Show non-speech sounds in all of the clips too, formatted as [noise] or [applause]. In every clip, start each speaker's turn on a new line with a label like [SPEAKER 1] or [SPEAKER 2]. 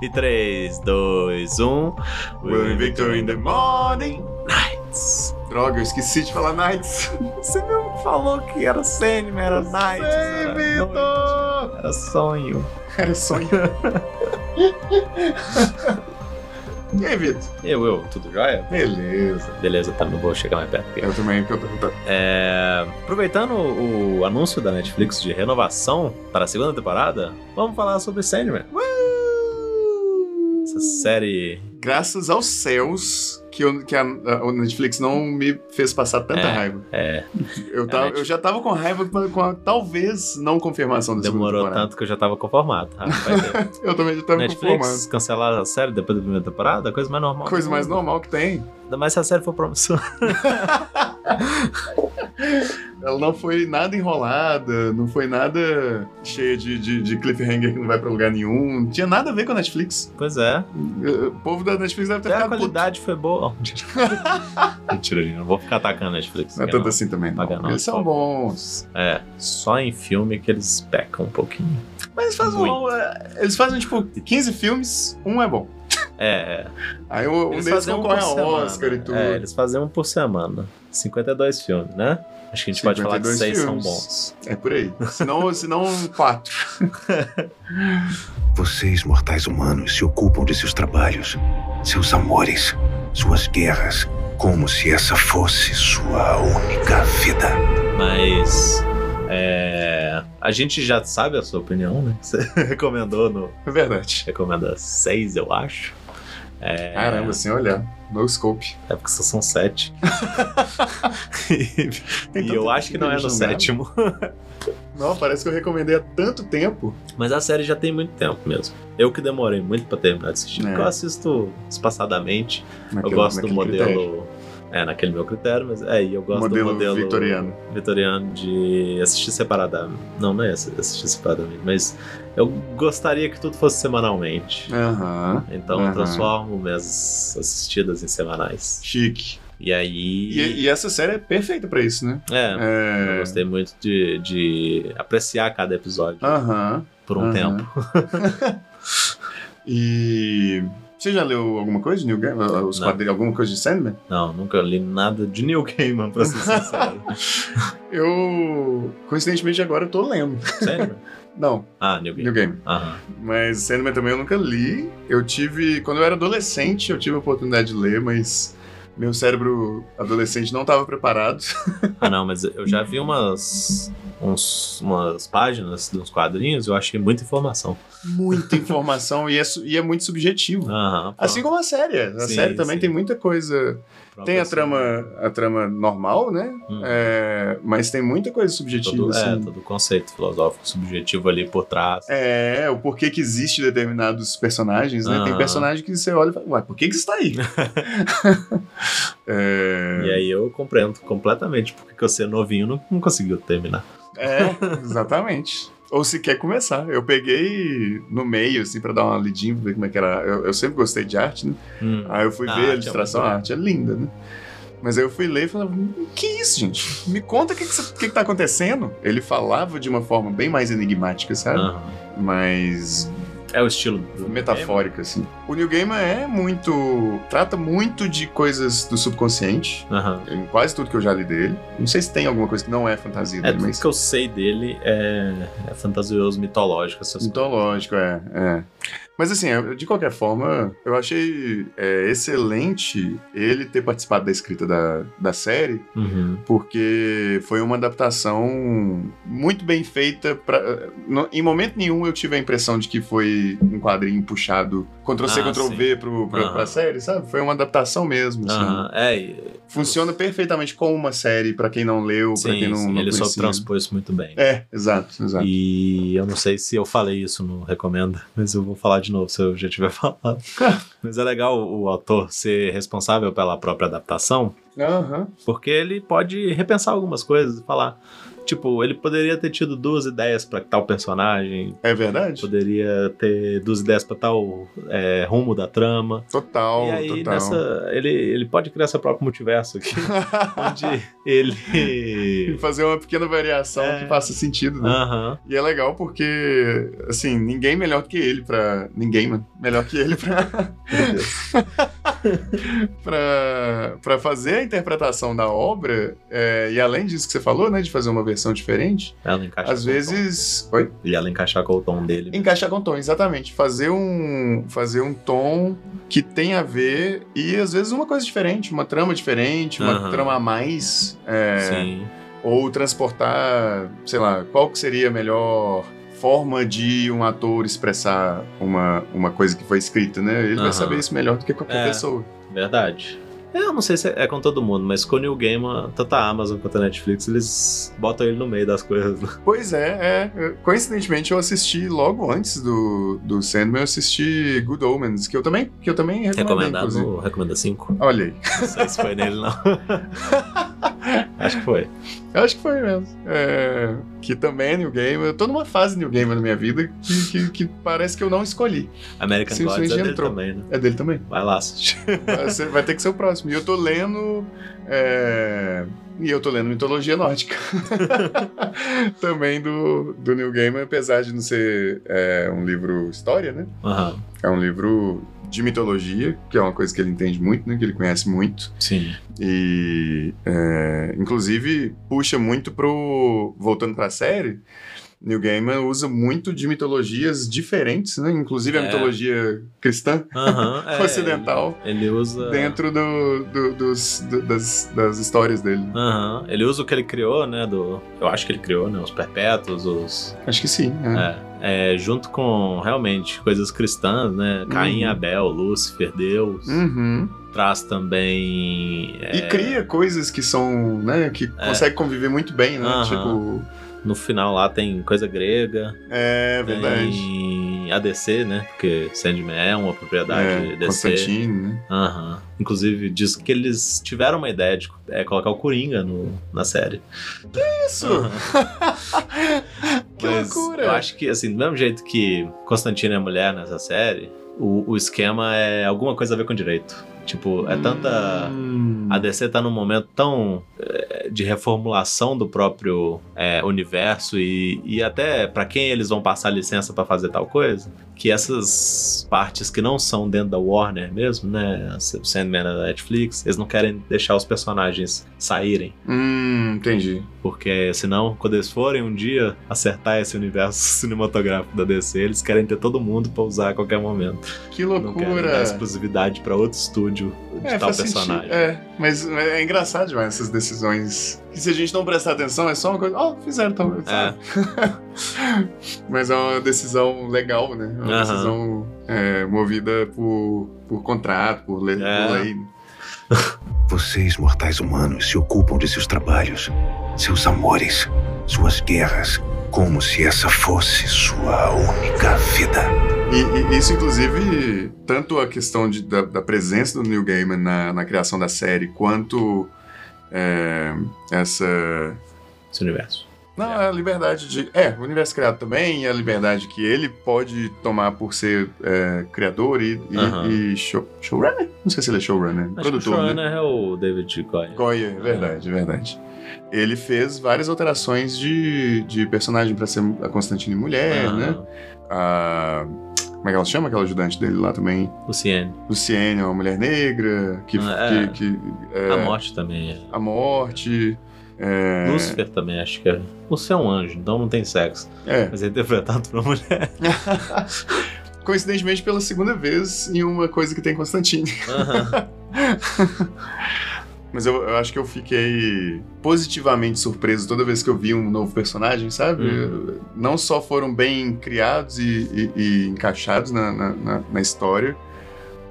[SPEAKER 1] E um. 3, 2, 1.
[SPEAKER 2] Will in Victor in the morning.
[SPEAKER 1] Nights.
[SPEAKER 2] Droga, eu esqueci de falar Knights.
[SPEAKER 1] Você mesmo falou que era Sandman, era Nights.
[SPEAKER 2] Ei,
[SPEAKER 1] Era, noite, um.
[SPEAKER 2] Victor!
[SPEAKER 1] era sonho.
[SPEAKER 2] Era sonho. [laughs] e aí, Vitor?
[SPEAKER 1] E aí, Will, tudo jóia?
[SPEAKER 2] Beleza.
[SPEAKER 1] Beleza, tá, não vou chegar mais perto. aqui.
[SPEAKER 2] Eu também, porque eu tô- tô-
[SPEAKER 1] É, aproveitando o o anúncio da Netflix de renovação para a segunda temporada, vamos falar sobre Sandman.
[SPEAKER 2] Hum.
[SPEAKER 1] Essa série
[SPEAKER 2] Graças aos céus que, eu- que a, a- o Netflix não me fez passar tanta
[SPEAKER 1] É,
[SPEAKER 2] raiva.
[SPEAKER 1] é.
[SPEAKER 2] Eu, tava- eu já tava com raiva com a, com a talvez não confirmação desse
[SPEAKER 1] demorou tanto que eu já tava conformado.
[SPEAKER 2] [laughs]
[SPEAKER 1] Ah, vai ter.
[SPEAKER 2] Eu também já tava me conformando.
[SPEAKER 1] Netflix cancelar a série depois da primeira temporada, coisa mais normal.
[SPEAKER 2] Coisa mais normal que tem.
[SPEAKER 1] Ainda mais se a série for promissora. [laughs]
[SPEAKER 2] Ela não foi nada enrolada, não foi nada cheia de, de, de cliffhanger que não vai pra lugar nenhum. Não tinha nada a ver com a Netflix.
[SPEAKER 1] Pois é.
[SPEAKER 2] Eh, O povo da Netflix deve ter
[SPEAKER 1] Até É a
[SPEAKER 2] ficado
[SPEAKER 1] qualidade foi boa. [laughs] Mentira, gente, não vou ficar atacando a Netflix.
[SPEAKER 2] puto. Não é
[SPEAKER 1] aqui,
[SPEAKER 2] tanto
[SPEAKER 1] não.
[SPEAKER 2] assim também. Não.
[SPEAKER 1] Paga não,
[SPEAKER 2] Eles são
[SPEAKER 1] por
[SPEAKER 2] bons.
[SPEAKER 1] É, só em filme que eles pecam um pouquinho.
[SPEAKER 2] Mas eles fazem,
[SPEAKER 1] Muito.
[SPEAKER 2] um, eh, eles fazem tipo 15 filmes, um é bom.
[SPEAKER 1] É, é.
[SPEAKER 2] Aí um, um
[SPEAKER 1] Eles
[SPEAKER 2] deles
[SPEAKER 1] fazem um
[SPEAKER 2] concorre
[SPEAKER 1] por
[SPEAKER 2] ao
[SPEAKER 1] semana.
[SPEAKER 2] Oscar e tudo.
[SPEAKER 1] É, eles fazem um por semana. 52 filmes, né? Acho que a gente pode falar que
[SPEAKER 2] 52
[SPEAKER 1] seis são
[SPEAKER 2] filmes.
[SPEAKER 1] bons.
[SPEAKER 2] É por aí. Senão, senão um quatro.
[SPEAKER 3] Vocês, mortais humanos, se ocupam de seus trabalhos, seus amores, suas guerras, como se essa fosse sua única vida.
[SPEAKER 1] Mas. É, a gente já sabe a sua opinião, né? [laughs] Você recomendou no.
[SPEAKER 2] É verdade.
[SPEAKER 1] Recomenda seis, eu acho. É,
[SPEAKER 2] Caramba, sem olhar. No scope.
[SPEAKER 1] é porque só são sete.
[SPEAKER 2] [laughs]
[SPEAKER 1] e
[SPEAKER 2] Tem
[SPEAKER 1] eu
[SPEAKER 2] tanto
[SPEAKER 1] acho que não é no
[SPEAKER 2] filme legendado.
[SPEAKER 1] sétimo.
[SPEAKER 2] Não, parece que eu recomendei há tanto tempo.
[SPEAKER 1] Mas a série já tem muito tempo mesmo. Eu que demorei muito pra terminar de assistir,
[SPEAKER 2] É.
[SPEAKER 1] porque eu assisto espaçadamente. Eu
[SPEAKER 2] Naquele-
[SPEAKER 1] gosto do
[SPEAKER 2] naquele
[SPEAKER 1] modelo.
[SPEAKER 2] critério.
[SPEAKER 1] É, naquele meu critério, mas é, e eu gosto
[SPEAKER 2] Modelo
[SPEAKER 1] do modelo
[SPEAKER 2] vitoriano.
[SPEAKER 1] vitoriano de assistir separadamente. Não, não é esse- assistir separadamente, mas eu gostaria que tudo fosse semanalmente.
[SPEAKER 2] Aham.
[SPEAKER 1] Então eu
[SPEAKER 2] Aham.
[SPEAKER 1] transformo minhas assistidas em semanais.
[SPEAKER 2] Chique.
[SPEAKER 1] E aí.
[SPEAKER 2] E, e essa série é perfeita pra isso, né?
[SPEAKER 1] É, eu
[SPEAKER 2] É.
[SPEAKER 1] gostei muito de, de apreciar cada episódio
[SPEAKER 2] Aham.
[SPEAKER 1] por um
[SPEAKER 2] Ah, aham.
[SPEAKER 1] tempo.
[SPEAKER 2] [laughs] E. Você já leu alguma coisa de New Game? Ah, Os
[SPEAKER 1] Não.
[SPEAKER 2] quadrinhos, alguma coisa de Sandman?
[SPEAKER 1] Não, nunca li nada de Neil Gaiman, [laughs] pra ser sincero.
[SPEAKER 2] Eu. Coincidentemente agora eu tô lendo.
[SPEAKER 1] Sério?
[SPEAKER 2] Não,
[SPEAKER 1] Ah, Neil
[SPEAKER 2] New
[SPEAKER 1] Gaiman.
[SPEAKER 2] Game.
[SPEAKER 1] Aham.
[SPEAKER 2] Mas Sandman também eu nunca li. Eu tive. Quando eu era adolescente, eu tive a oportunidade de ler, mas. Meu cérebro adolescente não estava preparado. [laughs]
[SPEAKER 1] Ah, não, mas eu já vi umas. Uns, umas páginas de uns quadrinhos, eu achei muita informação.
[SPEAKER 2] Muita informação e é, su- e é muito subjetivo.
[SPEAKER 1] Aham.
[SPEAKER 2] Assim como a série. A
[SPEAKER 1] Sim,
[SPEAKER 2] série também
[SPEAKER 1] sim.
[SPEAKER 2] tem muita coisa
[SPEAKER 1] como
[SPEAKER 2] Tem a trama, a trama normal, né? É, mas tem muita coisa subjetiva,
[SPEAKER 1] Uhum. Hum. todo, é,
[SPEAKER 2] assim.
[SPEAKER 1] todo conceito filosófico subjetivo ali por trás.
[SPEAKER 2] É, o porquê que existe determinados personagens, né? Tem
[SPEAKER 1] Aham.
[SPEAKER 2] personagem que você olha e fala, uai, por que que isso
[SPEAKER 1] [laughs]
[SPEAKER 2] tá aí? [laughs] é,
[SPEAKER 1] E aí eu compreendo completamente porque que você novinho não, não conseguiu terminar.
[SPEAKER 2] é, exatamente. Ou se quer começar. Eu peguei no meio, assim, pra dar uma lidinha, pra ver como é que era. Eu, eu sempre gostei de arte, né?
[SPEAKER 1] Hum.
[SPEAKER 2] Aí eu fui
[SPEAKER 1] A
[SPEAKER 2] ver
[SPEAKER 1] arte
[SPEAKER 2] a
[SPEAKER 1] é
[SPEAKER 2] ilustração,
[SPEAKER 1] muito
[SPEAKER 2] a
[SPEAKER 1] boa.
[SPEAKER 2] arte é linda, né? Mas aí eu fui ler e falava, que isso, gente? Me conta o que, que, cê- o que que tá acontecendo. Ele falava de uma forma bem mais enigmática, sabe?
[SPEAKER 1] Aham.
[SPEAKER 2] mas
[SPEAKER 1] É o estilo do
[SPEAKER 2] metafórica, assim. O New Gaiman é muito. trata muito de coisas do subconsciente.
[SPEAKER 1] Aham.
[SPEAKER 2] Em quase tudo que eu já li dele. Não sei se tem alguma coisa que não é fantasia
[SPEAKER 1] É,
[SPEAKER 2] dele,
[SPEAKER 1] tudo
[SPEAKER 2] mas.
[SPEAKER 1] que eu sei dele é, é fantasioso, mitológico, essas
[SPEAKER 2] Mitológico, é, é. Mas assim, eu- de qualquer forma, eu achei é, excelente ele ter participado da escrita da, da série,
[SPEAKER 1] coisas. Uhum.
[SPEAKER 2] porque foi uma adaptação muito bem feita. Pra, no- em momento nenhum eu tive a impressão de que foi um quadrinho puxado Ctrl-C,
[SPEAKER 1] Ah,
[SPEAKER 2] Ctrl-V pro, pro,
[SPEAKER 1] Aham.
[SPEAKER 2] pra série, sabe? Foi uma adaptação mesmo. assim.
[SPEAKER 1] Aham. É, e-
[SPEAKER 2] Funciona perfeitamente como uma série, pra quem não leu, pra
[SPEAKER 1] sim,
[SPEAKER 2] quem não,
[SPEAKER 1] sim,
[SPEAKER 2] não
[SPEAKER 1] ele só
[SPEAKER 2] conhecia.
[SPEAKER 1] transpôs muito bem.
[SPEAKER 2] É, exato, exato.
[SPEAKER 1] E eu não sei se eu falei isso no Recomenda, [laughs] mas eu vou falar de novo se eu já tiver [laughs]
[SPEAKER 2] [laughs]
[SPEAKER 1] falado. mas é legal o autor ser responsável pela própria adaptação,
[SPEAKER 2] Aham.
[SPEAKER 1] porque ele pode repensar algumas coisas e falar. Tipo, ele poderia ter tido duas ideias pra tal personagem,
[SPEAKER 2] É verdade?
[SPEAKER 1] poderia ter duas ideias pra tal é, rumo da trama.
[SPEAKER 2] Total,
[SPEAKER 1] e aí, [laughs]
[SPEAKER 2] total.
[SPEAKER 1] nessa, ele, ele pode criar seu próprio multiverso aqui, onde ele
[SPEAKER 2] [laughs] fazer uma pequena variação
[SPEAKER 1] É.
[SPEAKER 2] que faça sentido, né?
[SPEAKER 1] Aham.
[SPEAKER 2] E é legal porque, assim, ninguém melhor que ele pra. Ninguém, mano. Melhor que ele pra. [laughs] pra, pra fazer a interpretação da obra. é, e além disso que você falou, né? De fazer uma versão diferente.
[SPEAKER 1] Ela encaixa
[SPEAKER 2] às
[SPEAKER 1] com o
[SPEAKER 2] vezes. Oi?
[SPEAKER 1] tom. E ela encaixar com o tom dele.
[SPEAKER 2] Encaixar com o tom, exatamente. Fazer um, fazer um tom que tem a ver e às vezes uma coisa diferente, uma trama diferente, uma
[SPEAKER 1] Aham.
[SPEAKER 2] trama a mais. é,
[SPEAKER 1] Sim.
[SPEAKER 2] ou transportar, sei lá, qual que seria a melhor forma de um ator expressar uma, uma coisa que foi escrita, né? Ele vai
[SPEAKER 1] Aham.
[SPEAKER 2] saber isso melhor do que qualquer
[SPEAKER 1] É.
[SPEAKER 2] pessoa.
[SPEAKER 1] Verdade. Eu não sei se é com todo mundo, mas com o New Gaiman, tanto a Amazon quanto a Netflix, eles botam ele no meio das coisas. né?
[SPEAKER 2] Pois é, é. Coincidentemente, eu assisti logo antes do, do Sandman, eu assisti Good Omens, que eu também, que eu também recomendei,
[SPEAKER 1] Recomendado,
[SPEAKER 2] inclusive.
[SPEAKER 1] recomenda 5.
[SPEAKER 2] Olha aí.
[SPEAKER 1] Não sei se foi
[SPEAKER 2] [laughs]
[SPEAKER 1] nele, não. Acho que foi.
[SPEAKER 2] Eu acho que foi mesmo. É, que também é New Game. Eu tô numa fase New Game na minha vida que, que, que parece que eu não escolhi.
[SPEAKER 1] American
[SPEAKER 2] Sim, o
[SPEAKER 1] Gods é
[SPEAKER 2] Switch
[SPEAKER 1] dele
[SPEAKER 2] entrou.
[SPEAKER 1] também, né?
[SPEAKER 2] É dele também.
[SPEAKER 1] Vai lá assistir.
[SPEAKER 2] Vai ser- Vai ter que ser o próximo. E eu tô lendo. é, E eu tô lendo mitologia nórdica. [laughs] Também do, do New Game, apesar de não ser é, um livro história, né?
[SPEAKER 1] Aham,
[SPEAKER 2] É um livro de mitologia, que é uma coisa que ele entende muito, né? Que ele conhece muito. [laughs]
[SPEAKER 1] sim.
[SPEAKER 2] E, é, inclusive, puxa muito pro. Voltando pra série. New Gaiman usa muito de mitologias diferentes, né? Inclusive a
[SPEAKER 1] É.
[SPEAKER 2] mitologia cristã,
[SPEAKER 1] Aham, é,
[SPEAKER 2] ocidental.
[SPEAKER 1] Ele, ele usa.
[SPEAKER 2] dentro do, do- dos, do- das, das histórias dele.
[SPEAKER 1] Aham, ele usa o que ele criou, né? Do, eu acho que ele criou, né? Os perpétuos, os.
[SPEAKER 2] Acho que sim. né?
[SPEAKER 1] É, é, junto com, realmente, coisas cristãs, né? Caim,
[SPEAKER 2] Uhum.
[SPEAKER 1] Abel, Lúcifer, Deus.
[SPEAKER 2] Uhum.
[SPEAKER 1] Traz também. é,
[SPEAKER 2] E cria coisas que são, né, que consegue conviver muito bem, né?
[SPEAKER 1] Aham.
[SPEAKER 2] Tipo,
[SPEAKER 1] No final lá tem coisa grega.
[SPEAKER 2] é verdade.
[SPEAKER 1] Tem ADC, né? Porque Sandman é uma propriedade
[SPEAKER 2] É,
[SPEAKER 1] DC.
[SPEAKER 2] Constantino, né?
[SPEAKER 1] Aham. Inclusive, diz que eles tiveram uma ideia de é, colocar o Coringa no- na série.
[SPEAKER 2] Isso!
[SPEAKER 1] [laughs]
[SPEAKER 2] que
[SPEAKER 1] Mas
[SPEAKER 2] loucura!
[SPEAKER 1] Eu acho que, assim, do mesmo jeito que Constantino é mulher nessa série, o, o esquema é alguma coisa a ver com direito. Tipo, é tanta.
[SPEAKER 2] Hum.
[SPEAKER 1] A DC tá num momento tão eh, de reformulação do próprio eh, universo e, e até pra quem eles vão passar licença pra fazer tal coisa, que essas partes que não são dentro da Warner mesmo, né? O Sandman é da Netflix, eles não querem deixar os personagens saírem.
[SPEAKER 2] Hum, entendi.
[SPEAKER 1] Porque senão, quando eles forem um dia acertar esse universo [laughs] cinematográfico da DC, eles querem ter todo mundo pra usar a qualquer momento.
[SPEAKER 2] Que
[SPEAKER 1] Não querem dar
[SPEAKER 2] loucura!
[SPEAKER 1] exclusividade pra outro estúdio de tal
[SPEAKER 2] É, faz sentido.
[SPEAKER 1] personagem.
[SPEAKER 2] É, mas é engraçado demais essas decisões. Que se a gente não prestar atenção, é só uma coisa. Ó, fizeram então.
[SPEAKER 1] É.
[SPEAKER 2] sabe? [laughs] mas é uma decisão legal, né? É uma
[SPEAKER 1] Aham.
[SPEAKER 2] decisão é, movida por, por contrato, por, le-
[SPEAKER 1] É.
[SPEAKER 2] por lei.
[SPEAKER 3] Vocês, mortais humanos, se ocupam de seus trabalhos, seus amores, suas guerras, como se essa fosse sua única vida.
[SPEAKER 2] E, e isso, inclusive, tanto a questão de- da, da presença do Neil Gaiman na, na criação da série, quanto é, essa
[SPEAKER 1] Esse universo.
[SPEAKER 2] Não, é a liberdade de. É, o universo criado também, e a liberdade que ele pode tomar por ser é, criador e, e-
[SPEAKER 1] Aham.
[SPEAKER 2] e show- showrunner? Não sei se ele é showrunner.
[SPEAKER 1] Acho que o
[SPEAKER 2] produtor, né?
[SPEAKER 1] showrunner é o David Goyer.
[SPEAKER 2] Goya, é verdade, é verdade. Ele fez várias alterações de, de personagem pra ser a Constantine mulher,
[SPEAKER 1] Aham.
[SPEAKER 2] né? A. Como é que ela chama aquela ajudante dele lá também?
[SPEAKER 1] O Ciene.
[SPEAKER 2] Luciene, uma mulher negra, que.
[SPEAKER 1] Ah, é.
[SPEAKER 2] que, que, é,
[SPEAKER 1] A morte também é.
[SPEAKER 2] a morte. É,
[SPEAKER 1] Lúcifer também, acho que é. Lúcifer é um anjo, então não tem sexo.
[SPEAKER 2] é,
[SPEAKER 1] Mas é interpretado por uma mulher.
[SPEAKER 2] Coincidentemente, pela segunda vez em uma coisa que tem Constantine. [laughs]
[SPEAKER 1] Aham.
[SPEAKER 2] Mas eu, eu acho que eu fiquei positivamente surpreso toda vez que eu vi um novo personagem, sabe?
[SPEAKER 1] Uhum.
[SPEAKER 2] Não só foram bem criados e, e- e encaixados na, na- na- na história,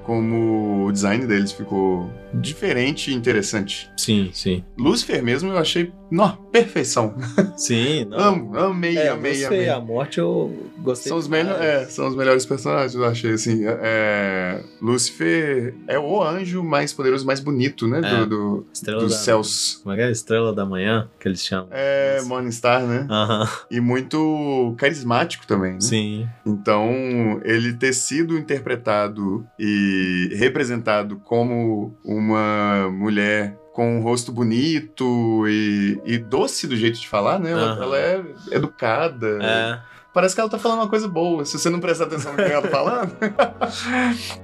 [SPEAKER 2] como o design deles ficou diferente e interessante.
[SPEAKER 1] [laughs] Sim, sim.
[SPEAKER 2] Lucifer mesmo eu achei, nó, perfeição.
[SPEAKER 1] Sim, não.
[SPEAKER 2] Amo, amei,
[SPEAKER 1] É,
[SPEAKER 2] amei,
[SPEAKER 1] Lúcifer
[SPEAKER 2] amei.
[SPEAKER 1] e a morte eu gostei.
[SPEAKER 2] São os, melho-
[SPEAKER 1] demais.
[SPEAKER 2] é, são os melhores personagens, eu achei, assim. é, Lúcifer é o anjo mais poderoso, mais bonito, né?
[SPEAKER 1] É.
[SPEAKER 2] do- do-
[SPEAKER 1] Estrela
[SPEAKER 2] dos
[SPEAKER 1] da-
[SPEAKER 2] céus.
[SPEAKER 1] Como é que é? Estrela da Manhã, que eles chamam.
[SPEAKER 2] É,
[SPEAKER 1] Nossa.
[SPEAKER 2] Morningstar, né?
[SPEAKER 1] Aham,
[SPEAKER 2] E muito carismático também, né?
[SPEAKER 1] sim.
[SPEAKER 2] Então, ele ter sido interpretado e representado como uma mulher com um rosto bonito e, e doce do jeito de falar, né? Ela,
[SPEAKER 1] Aham.
[SPEAKER 2] ela é educada.
[SPEAKER 1] É.
[SPEAKER 2] Parece que ela tá falando uma coisa boa. Se você não prestar atenção no que ela tá
[SPEAKER 1] [laughs]
[SPEAKER 2] falando,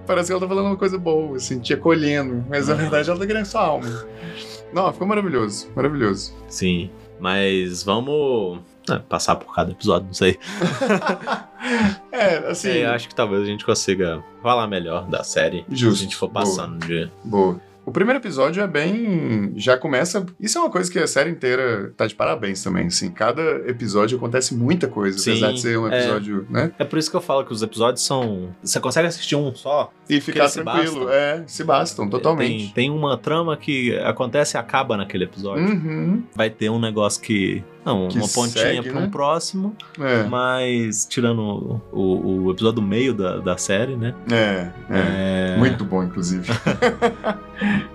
[SPEAKER 2] parece que ela tá falando uma coisa boa, assim, te acolhendo. Mas na verdade ela tá querendo sua alma. Não, ficou maravilhoso, maravilhoso.
[SPEAKER 1] Sim. Mas vamos é, passar por cada episódio, não sei.
[SPEAKER 2] É, assim.
[SPEAKER 1] É, eu acho que talvez a gente consiga falar melhor da série.
[SPEAKER 2] Justo.
[SPEAKER 1] Se a gente for
[SPEAKER 2] Boa.
[SPEAKER 1] passando de.
[SPEAKER 2] Boa. O primeiro episódio é bem. Já começa. Isso é uma coisa que a série inteira tá de parabéns também, assim. Cada episódio acontece muita coisa,
[SPEAKER 1] Sim,
[SPEAKER 2] apesar de ser um
[SPEAKER 1] é.
[SPEAKER 2] episódio, né?
[SPEAKER 1] É por isso que eu falo que os episódios são. Você consegue assistir um só?
[SPEAKER 2] E ficar
[SPEAKER 1] eles se
[SPEAKER 2] tranquilo.
[SPEAKER 1] bastam.
[SPEAKER 2] É, se bastam,
[SPEAKER 1] Tem,
[SPEAKER 2] totalmente.
[SPEAKER 1] tem uma trama que acontece e acaba naquele episódio.
[SPEAKER 2] Uhum.
[SPEAKER 1] Vai ter um negócio que. Não,
[SPEAKER 2] Que
[SPEAKER 1] uma pontinha
[SPEAKER 2] segue,
[SPEAKER 1] para pra um
[SPEAKER 2] né?
[SPEAKER 1] próximo,
[SPEAKER 2] É,
[SPEAKER 1] mas tirando o, o- o episódio do meio da, da série, né?
[SPEAKER 2] é, é.
[SPEAKER 1] É,
[SPEAKER 2] Muito bom, inclusive.
[SPEAKER 1] [laughs]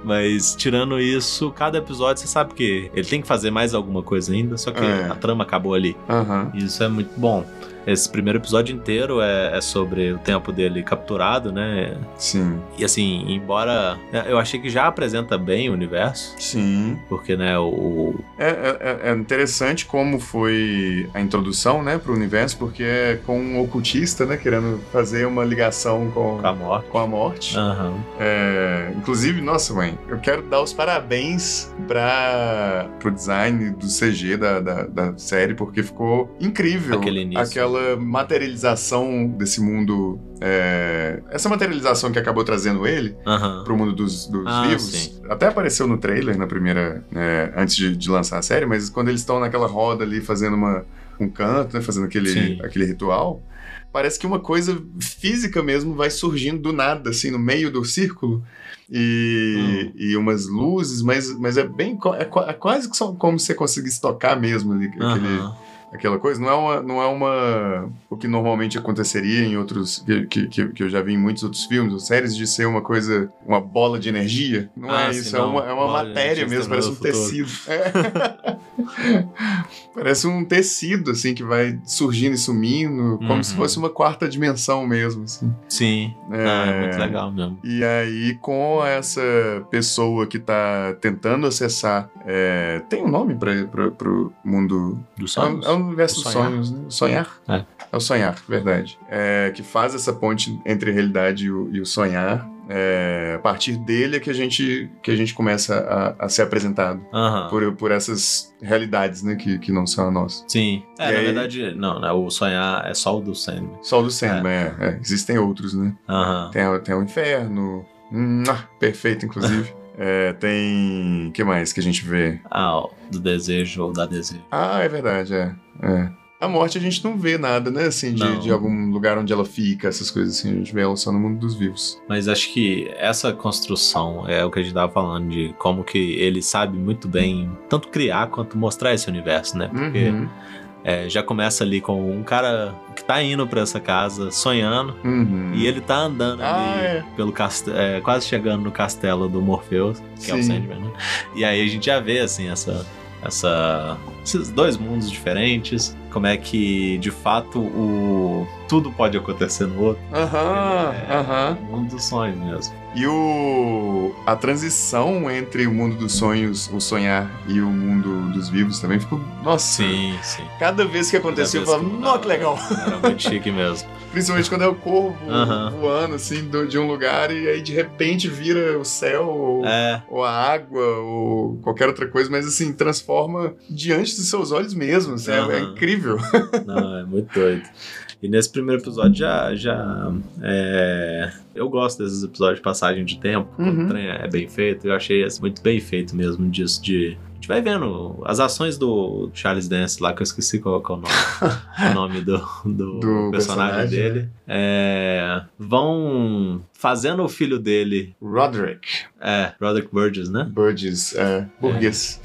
[SPEAKER 1] Mas tirando isso, cada episódio você sabe que ele tem que fazer mais alguma coisa ainda, só que
[SPEAKER 2] É.
[SPEAKER 1] a trama acabou ali.
[SPEAKER 2] Aham.
[SPEAKER 1] Isso é muito bom. Esse primeiro episódio inteiro é, é sobre o tempo dele capturado, né?
[SPEAKER 2] Sim.
[SPEAKER 1] E assim, embora. né, Eu achei que já apresenta bem o universo,
[SPEAKER 2] Sim.
[SPEAKER 1] porque, né, o. o-
[SPEAKER 2] É, é- é- é interessante como foi a introdução, né, pro universo, porque é com um ocultista, né, querendo fazer uma ligação com,
[SPEAKER 1] com a morte. Ah.
[SPEAKER 2] com a morte.
[SPEAKER 1] Aham.
[SPEAKER 2] É, inclusive, nossa mãe, eu quero dar os parabéns para pro design do CG da, da, da série, porque ficou incrível
[SPEAKER 1] Aquele início.
[SPEAKER 2] aquela materialização desse mundo. é, essa materialização que acabou trazendo ele
[SPEAKER 1] Aham.
[SPEAKER 2] pro mundo dos, dos
[SPEAKER 1] Ah,
[SPEAKER 2] vivos.
[SPEAKER 1] sim.
[SPEAKER 2] Até apareceu no trailer na primeira. é, antes de, de lançar a série, mas quando eles estão naquela roda ali fazendo uma, um canto, né, fazendo
[SPEAKER 1] Sim.
[SPEAKER 2] aquele, aquele ritual. Parece que uma coisa física mesmo vai surgindo do nada, assim, no meio do círculo.
[SPEAKER 1] Hum.
[SPEAKER 2] E, e umas luzes, mas, mas é bem. co- É, qua- é quase que são como se você conseguisse tocar mesmo ali, aquele,
[SPEAKER 1] Aham.
[SPEAKER 2] aquela coisa. Não é uma. Não é uma o que normalmente aconteceria em outros. Que, que- que, que eu já vi em muitos outros filmes ou séries, de ser uma coisa. Uma bola de energia. Não
[SPEAKER 1] Ah,
[SPEAKER 2] é
[SPEAKER 1] sim,
[SPEAKER 2] isso, é
[SPEAKER 1] não.
[SPEAKER 2] uma, é uma
[SPEAKER 1] Bola de
[SPEAKER 2] matéria
[SPEAKER 1] energia
[SPEAKER 2] mesmo, parece um
[SPEAKER 1] exterminador
[SPEAKER 2] tecido. É. [laughs] parece um tecido, assim, que vai surgindo e sumindo, como
[SPEAKER 1] Uhum.
[SPEAKER 2] se fosse uma quarta dimensão mesmo, assim.
[SPEAKER 1] Sim. Ah, É... muito legal mesmo.
[SPEAKER 2] E aí, com essa pessoa que tá tentando acessar. é, tem um nome pra, pra, pro mundo
[SPEAKER 1] Dos
[SPEAKER 2] é o-
[SPEAKER 1] sonhos.
[SPEAKER 2] É o universo
[SPEAKER 1] O
[SPEAKER 2] dos
[SPEAKER 1] sonhar.
[SPEAKER 2] sonhos, né? O Sonhar.
[SPEAKER 1] É.
[SPEAKER 2] o sonhar, verdade. É, que faz essa ponte entre a realidade e o, e o sonhar. É, a partir dele é que a gente, que a gente começa a, a ser apresentado
[SPEAKER 1] Aham.
[SPEAKER 2] por, por essas realidades, né? Que, que não são a nossa.
[SPEAKER 1] Sim. É,
[SPEAKER 2] E
[SPEAKER 1] na
[SPEAKER 2] aí-
[SPEAKER 1] verdade, não, né? O sonhar é só o do Sandman.
[SPEAKER 2] Sol do Sandman, é. é. Existem outros, né?
[SPEAKER 1] Aham.
[SPEAKER 2] Tem, a- tem o Inferno. Hum, ah, perfeito,
[SPEAKER 1] [laughs]
[SPEAKER 2] inclusive. É, tem... O que mais que a gente vê?
[SPEAKER 1] Ah, ó, do desejo ou da desejo.
[SPEAKER 2] Ah, é verdade, é. é. A morte a gente não vê nada, né? Assim, de,
[SPEAKER 1] Não.
[SPEAKER 2] de algum lugar onde ela fica, essas coisas assim. A gente vê ela só no mundo dos vivos.
[SPEAKER 1] Mas acho que essa construção é o que a gente tava falando de como que ele sabe muito bem tanto criar quanto mostrar esse universo, né? Porque
[SPEAKER 2] Uhum,
[SPEAKER 1] é, já começa ali com um cara que tá indo pra essa casa sonhando
[SPEAKER 2] uhum.
[SPEAKER 1] e ele tá andando
[SPEAKER 2] Ah,
[SPEAKER 1] ali
[SPEAKER 2] é.
[SPEAKER 1] pelo castelo, quase chegando no castelo do Morpheus, que é o
[SPEAKER 2] Sim.
[SPEAKER 1] Sandman, né? E aí a gente já vê assim essa essa esses dois mundos diferentes, como é que de fato o tudo pode acontecer no outro
[SPEAKER 2] Aham,
[SPEAKER 1] É.
[SPEAKER 2] aham.
[SPEAKER 1] mundo dos sonhos mesmo.
[SPEAKER 2] E o... a transição entre o mundo dos sonhos, o sonhar, e o mundo dos vivos também ficou... Nossa,
[SPEAKER 1] Sim, sim.
[SPEAKER 2] cada vez que aconteceu eu
[SPEAKER 1] Cada
[SPEAKER 2] falava,
[SPEAKER 1] vez que
[SPEAKER 2] nossa, que legal.
[SPEAKER 1] Era muito chique mesmo.
[SPEAKER 2] Principalmente quando é o corvo
[SPEAKER 1] Aham.
[SPEAKER 2] voando, assim, do- de um lugar e aí de repente vira o céu ou
[SPEAKER 1] [laughs] É,
[SPEAKER 2] ou a água, ou qualquer outra coisa, mas assim, transforma diante dos seus olhos mesmo. assim, é-
[SPEAKER 1] Aham.
[SPEAKER 2] É incrível.
[SPEAKER 1] não, é muito doido. E nesse primeiro episódio já. já é, eu gosto desses episódios de passagem de tempo, quando
[SPEAKER 2] Uhum.
[SPEAKER 1] o trem é bem feito. Eu achei assim, muito bem feito mesmo disso de. A gente vai vendo as ações do Charles Dance lá, que eu esqueci qual que é o nome, [laughs] o nome do, do, personagem,
[SPEAKER 2] Do
[SPEAKER 1] né?
[SPEAKER 2] personagem,
[SPEAKER 1] dele. É, vão fazendo o filho dele,
[SPEAKER 2] Roderick
[SPEAKER 1] é, Roderick Burgess, né? É.
[SPEAKER 2] Burgess, é, burguês.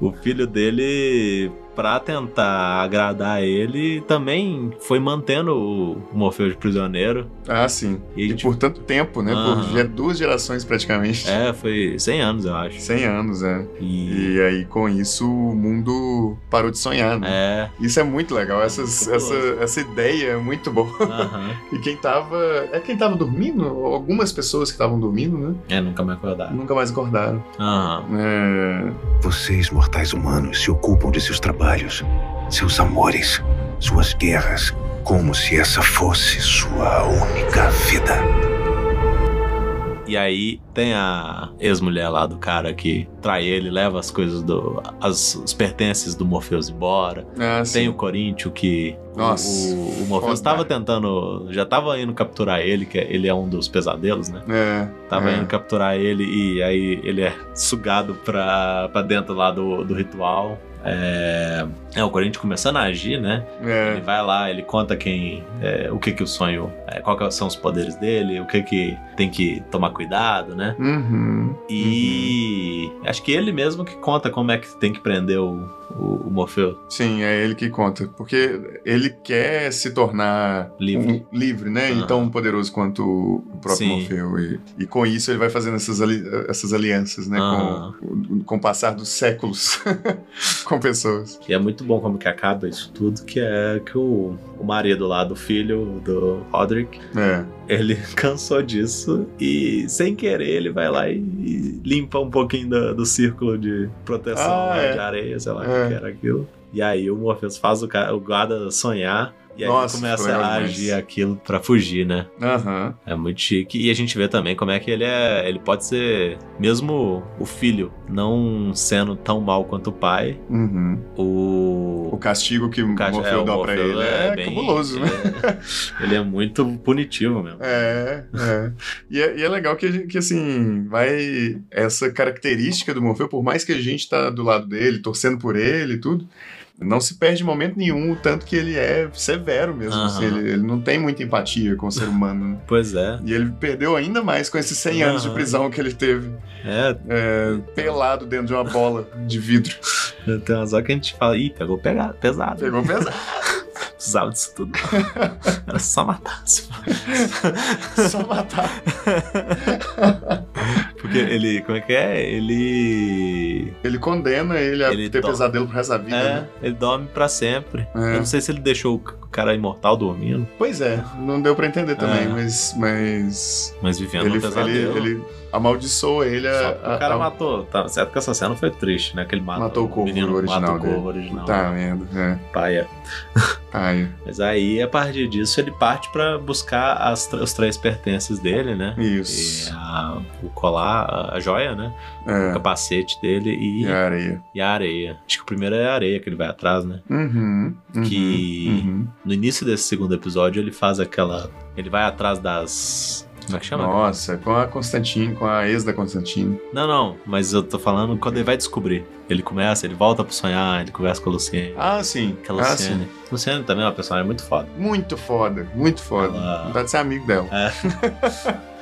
[SPEAKER 1] O filho dele pra tentar agradar ele, também foi mantendo o Morfeu de prisioneiro.
[SPEAKER 2] Ah, sim.
[SPEAKER 1] E,
[SPEAKER 2] E
[SPEAKER 1] tipo,
[SPEAKER 2] por tanto tempo, né?
[SPEAKER 1] Aham.
[SPEAKER 2] Por ge- duas gerações praticamente.
[SPEAKER 1] é, foi 100 anos, eu acho.
[SPEAKER 2] 100 anos, é.
[SPEAKER 1] E,
[SPEAKER 2] E aí, com isso, o mundo parou de sonhar, né?
[SPEAKER 1] é,
[SPEAKER 2] Isso é muito legal. Essas,
[SPEAKER 1] Muito
[SPEAKER 2] essa,
[SPEAKER 1] boa.
[SPEAKER 2] essa ideia é muito boa.
[SPEAKER 1] aham.
[SPEAKER 2] E quem tava. É quem tava dormindo? Ou Algumas pessoas que estavam dormindo, né?
[SPEAKER 1] É, nunca me acordaram.
[SPEAKER 2] Nunca mais acordaram.
[SPEAKER 1] Aham.
[SPEAKER 2] É,
[SPEAKER 3] Vocês, mortais humanos, se ocupam de seus trabalhos, seus amores, suas guerras, como se essa fosse sua única vida.
[SPEAKER 1] E aí tem a ex-mulher lá do cara que trai ele, leva as coisas do. as, os pertences do Morpheus embora.
[SPEAKER 2] Ah, sim.
[SPEAKER 1] Tem o Coríntio que. o-
[SPEAKER 2] Nossa,
[SPEAKER 1] o, o Morpheus
[SPEAKER 2] foda.
[SPEAKER 1] tava tentando. Já tava indo capturar ele, que ele é um dos pesadelos, né?
[SPEAKER 2] É,
[SPEAKER 1] Tava
[SPEAKER 2] é.
[SPEAKER 1] indo capturar ele e aí ele é sugado pra, pra dentro lá do, do ritual. É, é, o Corinthians começando a agir, né? Ele
[SPEAKER 2] É,
[SPEAKER 1] vai lá, ele conta quem, é, o que que o sonho, é, qual que são os poderes dele, o que que tem que tomar cuidado, né?
[SPEAKER 2] Uhum.
[SPEAKER 1] E acho que ele mesmo que conta como é que tem que prender o, o, o Morfeu
[SPEAKER 2] Sim, é ele que conta. Porque ele quer se tornar
[SPEAKER 1] livre.
[SPEAKER 2] um- livre, né?
[SPEAKER 1] Aham.
[SPEAKER 2] E tão poderoso quanto o próprio
[SPEAKER 1] Sim.
[SPEAKER 2] Morfeu. E, e com isso ele vai fazendo essas, ali- essas alianças, né?
[SPEAKER 1] Aham.
[SPEAKER 2] Com, com o passar dos séculos [laughs] com pessoas.
[SPEAKER 1] E é muito bom como que acaba isso tudo, que é que o, o marido lá do filho do Roderick
[SPEAKER 2] É.
[SPEAKER 1] Ele [laughs] cansou disso e, sem querer, ele vai lá e, e limpa um pouquinho do, do círculo de proteção
[SPEAKER 2] Ah,
[SPEAKER 1] né,
[SPEAKER 2] é.
[SPEAKER 1] de areia, sei lá o
[SPEAKER 2] É.
[SPEAKER 1] que era aquilo. E aí o Morpheus faz o, ca- o guarda sonhar e aí
[SPEAKER 2] Nossa,
[SPEAKER 1] ele começa
[SPEAKER 2] foi legal
[SPEAKER 1] a
[SPEAKER 2] demais.
[SPEAKER 1] agir aquilo pra fugir, né?
[SPEAKER 2] Aham.
[SPEAKER 1] É muito chique. E a gente vê também como é que ele é. Ele pode ser, mesmo o filho não sendo tão mal quanto o pai,
[SPEAKER 2] Uhum. O
[SPEAKER 1] o.
[SPEAKER 2] castigo que o
[SPEAKER 1] ca-
[SPEAKER 2] Morfeu
[SPEAKER 1] o
[SPEAKER 2] dá pra
[SPEAKER 1] Morpheus
[SPEAKER 2] ele é,
[SPEAKER 1] bem-
[SPEAKER 2] cabuloso, né?
[SPEAKER 1] ele é- ele é muito punitivo mesmo.
[SPEAKER 2] É, é. E é, e é legal que, a gente- que, assim, vai. Essa característica do Morfeu, por mais que a gente tá do lado dele, torcendo por ele e tudo, não se perde em momento nenhum o tanto que ele é severo mesmo.
[SPEAKER 1] Aham.
[SPEAKER 2] assim, ele, ele não tem muita empatia com o ser humano. né?
[SPEAKER 1] Pois é.
[SPEAKER 2] E ele perdeu ainda mais com esses 100 anos de
[SPEAKER 1] Aham.
[SPEAKER 2] prisão que ele teve,
[SPEAKER 1] É,
[SPEAKER 2] é, pelado dentro de uma bola de vidro. [laughs]
[SPEAKER 1] Tem umas horas que a gente fala, ih, pegou pegado, pesado.
[SPEAKER 2] Pegou pesado.
[SPEAKER 1] Precisava disso tudo. [laughs] Era só matar. [laughs]
[SPEAKER 2] Só matar.
[SPEAKER 1] Porque ele, como é que é? Ele.
[SPEAKER 2] Ele condena ele a
[SPEAKER 1] Ele
[SPEAKER 2] ter
[SPEAKER 1] dorme.
[SPEAKER 2] pesadelo pro resto da vida.
[SPEAKER 1] É,
[SPEAKER 2] né?
[SPEAKER 1] ele dorme pra sempre.
[SPEAKER 2] É.
[SPEAKER 1] Eu não sei se ele deixou o c- o cara imortal dormindo,
[SPEAKER 2] Pois é, não deu pra entender também,
[SPEAKER 1] É.
[SPEAKER 2] mas. mas...
[SPEAKER 1] mas vivendo
[SPEAKER 2] Ele,
[SPEAKER 1] um pesadelo.
[SPEAKER 2] ele, ele amaldiçoou ele a,
[SPEAKER 1] Só que o cara
[SPEAKER 2] a- a-
[SPEAKER 1] matou. Tá certo que essa cena foi triste, né? Que ele matou,
[SPEAKER 2] Matou o corvo
[SPEAKER 1] menino,
[SPEAKER 2] original
[SPEAKER 1] Matou o
[SPEAKER 2] dele.
[SPEAKER 1] corvo original. né?
[SPEAKER 2] Tá, merda. É.
[SPEAKER 1] Paia.
[SPEAKER 2] Ai,
[SPEAKER 1] Mas aí, a partir disso, ele parte pra buscar as, tr- os três pertences dele, né? E
[SPEAKER 2] isso.
[SPEAKER 1] a, o colar, a- a joia, né? O
[SPEAKER 2] É.
[SPEAKER 1] capacete dele e,
[SPEAKER 2] E a areia.
[SPEAKER 1] e a areia. Acho que o primeiro é a areia que ele vai atrás, né?
[SPEAKER 2] Uhum, uhum,
[SPEAKER 1] Que-
[SPEAKER 2] uhum.
[SPEAKER 1] No início desse segundo episódio, ele faz aquela. Ele vai atrás das. Como é que chama?
[SPEAKER 2] Nossa, com a Constantine, com a ex da Constantine.
[SPEAKER 1] Não, não, mas eu tô falando quando ele vai descobrir. Ele começa, ele volta pro sonhar, ele conversa com a Luciene.
[SPEAKER 2] Ah, sim.
[SPEAKER 1] Que a
[SPEAKER 2] Ah,
[SPEAKER 1] Luciene.
[SPEAKER 2] sim.
[SPEAKER 1] Luciene também é uma personagem muito foda.
[SPEAKER 2] Muito foda, muito foda.
[SPEAKER 1] Ela-
[SPEAKER 2] Vontade de ser amigo dela.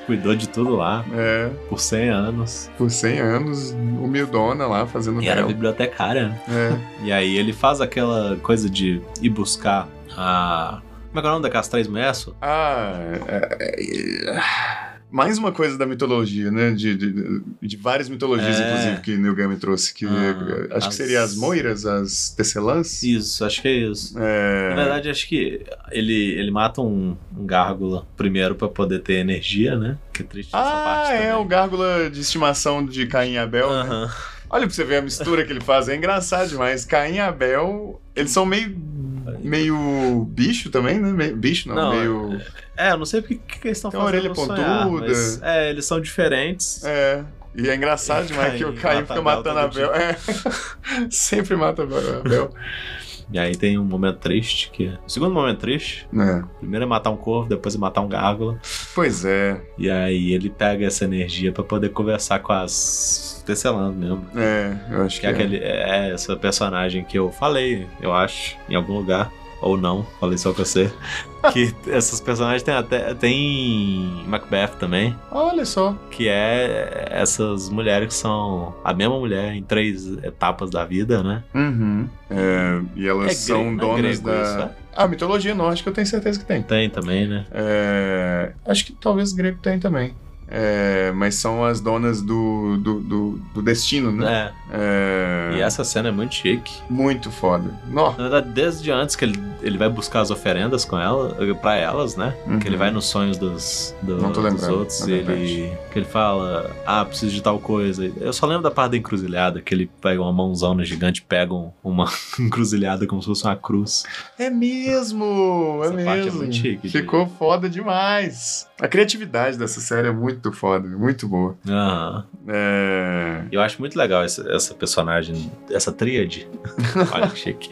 [SPEAKER 1] Cuidou de tudo lá
[SPEAKER 2] É,
[SPEAKER 1] por 100 anos.
[SPEAKER 2] por 100 anos, humildona lá fazendo
[SPEAKER 1] E era
[SPEAKER 2] dela.
[SPEAKER 1] bibliotecária. né?
[SPEAKER 2] É.
[SPEAKER 1] E aí ele faz aquela coisa de ir buscar a. Como é que é o nome daquelas três mulheres?
[SPEAKER 2] Ah, é- é- mais uma coisa da mitologia, né? De, de, de várias mitologias,
[SPEAKER 1] É.
[SPEAKER 2] inclusive, que Neil Gaiman trouxe. Que,
[SPEAKER 1] Ah, as-
[SPEAKER 2] acho que seria as moiras, as tecelãs.
[SPEAKER 1] Isso, acho que é isso. Na
[SPEAKER 2] É,
[SPEAKER 1] verdade, acho que ele, ele mata um, um gárgula primeiro pra poder ter energia, né? Que triste essa parte
[SPEAKER 2] Ah, é
[SPEAKER 1] também.
[SPEAKER 2] o gárgula de estimação de Caim e Abel. né?
[SPEAKER 1] Aham.
[SPEAKER 2] Olha pra você ver a mistura que ele faz, é engraçado demais. Caim e Abel, eles são meio. meio bicho também, né? Meio- bicho não,
[SPEAKER 1] Não,
[SPEAKER 2] meio.
[SPEAKER 1] É, eu não sei porque que que eles estão
[SPEAKER 2] Tem uma
[SPEAKER 1] fazendo
[SPEAKER 2] orelha
[SPEAKER 1] no sonhar,
[SPEAKER 2] pontuda.
[SPEAKER 1] mas, é, eles são diferentes.
[SPEAKER 2] É. E é engraçado
[SPEAKER 1] E
[SPEAKER 2] demais que o
[SPEAKER 1] Caim mata
[SPEAKER 2] Caim fica
[SPEAKER 1] Abel
[SPEAKER 2] matando
[SPEAKER 1] todo
[SPEAKER 2] Abel. É. [laughs] Sempre
[SPEAKER 1] [laughs]
[SPEAKER 2] mata Abel.
[SPEAKER 1] E aí tem um momento triste que. O segundo momento triste.
[SPEAKER 2] É.
[SPEAKER 1] Primeiro é matar um corvo, depois é matar um gárgula.
[SPEAKER 2] Pois é.
[SPEAKER 1] E aí ele pega essa energia pra poder conversar com as tecelãs mesmo.
[SPEAKER 2] É, eu acho
[SPEAKER 1] Que
[SPEAKER 2] que.
[SPEAKER 1] é,
[SPEAKER 2] é.
[SPEAKER 1] aquele, é essa personagem que eu falei, eu acho, em algum lugar. ou não, falei só com [laughs] você. que essas personagens tem até. Tem Macbeth também,
[SPEAKER 2] Olha só.
[SPEAKER 1] que é essas mulheres que são a mesma mulher em três etapas da vida, né?
[SPEAKER 2] Uhum. É, e elas
[SPEAKER 1] é
[SPEAKER 2] são
[SPEAKER 1] gre- não é
[SPEAKER 2] donas
[SPEAKER 1] grego
[SPEAKER 2] da.
[SPEAKER 1] isso, né?
[SPEAKER 2] Ah, mitologia nórdica eu tenho certeza que tem.
[SPEAKER 1] Tem também, né?
[SPEAKER 2] É, acho que talvez grego tem também. É, mas são as donas do, do, do, do destino, né?
[SPEAKER 1] É.
[SPEAKER 2] É,
[SPEAKER 1] E essa cena é muito chique.
[SPEAKER 2] Muito foda. Nó.
[SPEAKER 1] Na verdade, desde antes que ele, ele vai buscar as oferendas com ela, pra elas, né?
[SPEAKER 2] Uhum.
[SPEAKER 1] Que ele vai nos sonhos dos, do-
[SPEAKER 2] Não tô
[SPEAKER 1] dos
[SPEAKER 2] lembrando,
[SPEAKER 1] outros
[SPEAKER 2] na
[SPEAKER 1] e ele, que ele fala, ah, preciso de tal coisa. Eu só lembro da parte da encruzilhada, que ele pega uma mãozona gigante, pega um- uma [laughs] encruzilhada como se fosse uma cruz.
[SPEAKER 2] É mesmo!
[SPEAKER 1] Essa
[SPEAKER 2] é
[SPEAKER 1] parte é
[SPEAKER 2] mesmo.
[SPEAKER 1] muito chique de-
[SPEAKER 2] Ficou foda demais. A criatividade dessa série é muito foda, muito boa.
[SPEAKER 1] Aham.
[SPEAKER 2] É,
[SPEAKER 1] Eu acho muito legal essa, essa personagem, essa tríade. [laughs] Olha que chique.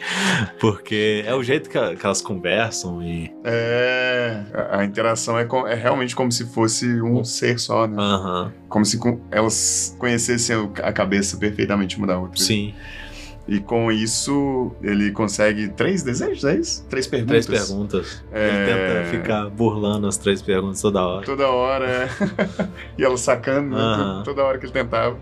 [SPEAKER 1] Porque é o jeito que, a- que elas conversam e.
[SPEAKER 2] é, a, a interação é, co- é realmente como se fosse um ser só, né?
[SPEAKER 1] Aham.
[SPEAKER 2] Como se com- elas conhecessem o- a cabeça perfeitamente uma da outra.
[SPEAKER 1] Sim.
[SPEAKER 2] E com isso, ele consegue três desejos, é isso? Três perguntas.
[SPEAKER 1] Três perguntas. Ele
[SPEAKER 2] É,
[SPEAKER 1] tenta ficar burlando as três perguntas toda hora.
[SPEAKER 2] Toda hora. [laughs] é. e ela sacando né?
[SPEAKER 1] Aham.
[SPEAKER 2] toda hora que ele tentava.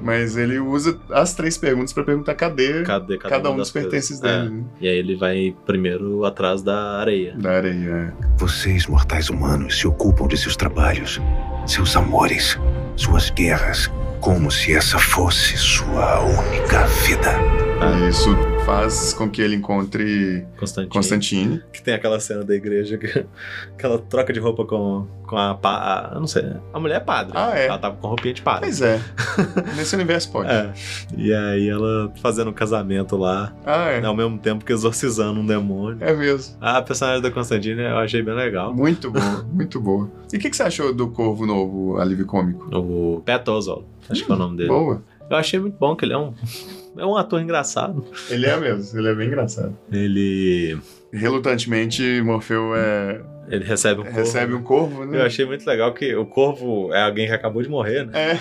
[SPEAKER 2] Mas ele usa as três perguntas pra perguntar cadê cada,
[SPEAKER 1] Cadê das
[SPEAKER 2] um dos pertences
[SPEAKER 1] coisas? É.
[SPEAKER 2] dele. né?
[SPEAKER 1] E aí ele vai primeiro atrás da areia.
[SPEAKER 2] Da areia. é.
[SPEAKER 3] Vocês, mortais humanos, se ocupam de seus trabalhos, seus amores, suas guerras, como se essa fosse sua única vida.
[SPEAKER 1] Ah.
[SPEAKER 2] E isso faz com que ele encontre
[SPEAKER 1] Constantino.
[SPEAKER 2] Constantine.
[SPEAKER 1] Que tem aquela cena da igreja que, que ela troca de roupa com, com a, pa- a- Eu não sei. A mulher é padre.
[SPEAKER 2] Ah, é.
[SPEAKER 1] Ela tava com roupinha de padre.
[SPEAKER 2] Pois é. Nesse universo pode.
[SPEAKER 1] É. E aí ela fazendo um casamento lá, né,
[SPEAKER 2] Ah, é.
[SPEAKER 1] ao mesmo tempo que exorcizando um demônio.
[SPEAKER 2] É mesmo.
[SPEAKER 1] Ah, A personagem da Constantine eu achei bem legal.
[SPEAKER 2] Muito boa, muito boa. E o que, que você achou do Corvo Novo, alívio cômico?
[SPEAKER 1] O Pat Oswald, acho que
[SPEAKER 2] Hum,
[SPEAKER 1] é o nome dele.
[SPEAKER 2] Boa.
[SPEAKER 1] Eu achei muito bom que ele é um, [laughs] é um ator engraçado.
[SPEAKER 2] Ele é mesmo, ele é bem engraçado.
[SPEAKER 1] Ele,
[SPEAKER 2] Relutantemente, Morfeu é,
[SPEAKER 1] ele recebe um corpo.
[SPEAKER 2] recebe um corvo, né?
[SPEAKER 1] Eu achei muito legal que o corvo é alguém que acabou de morrer, né?
[SPEAKER 2] É.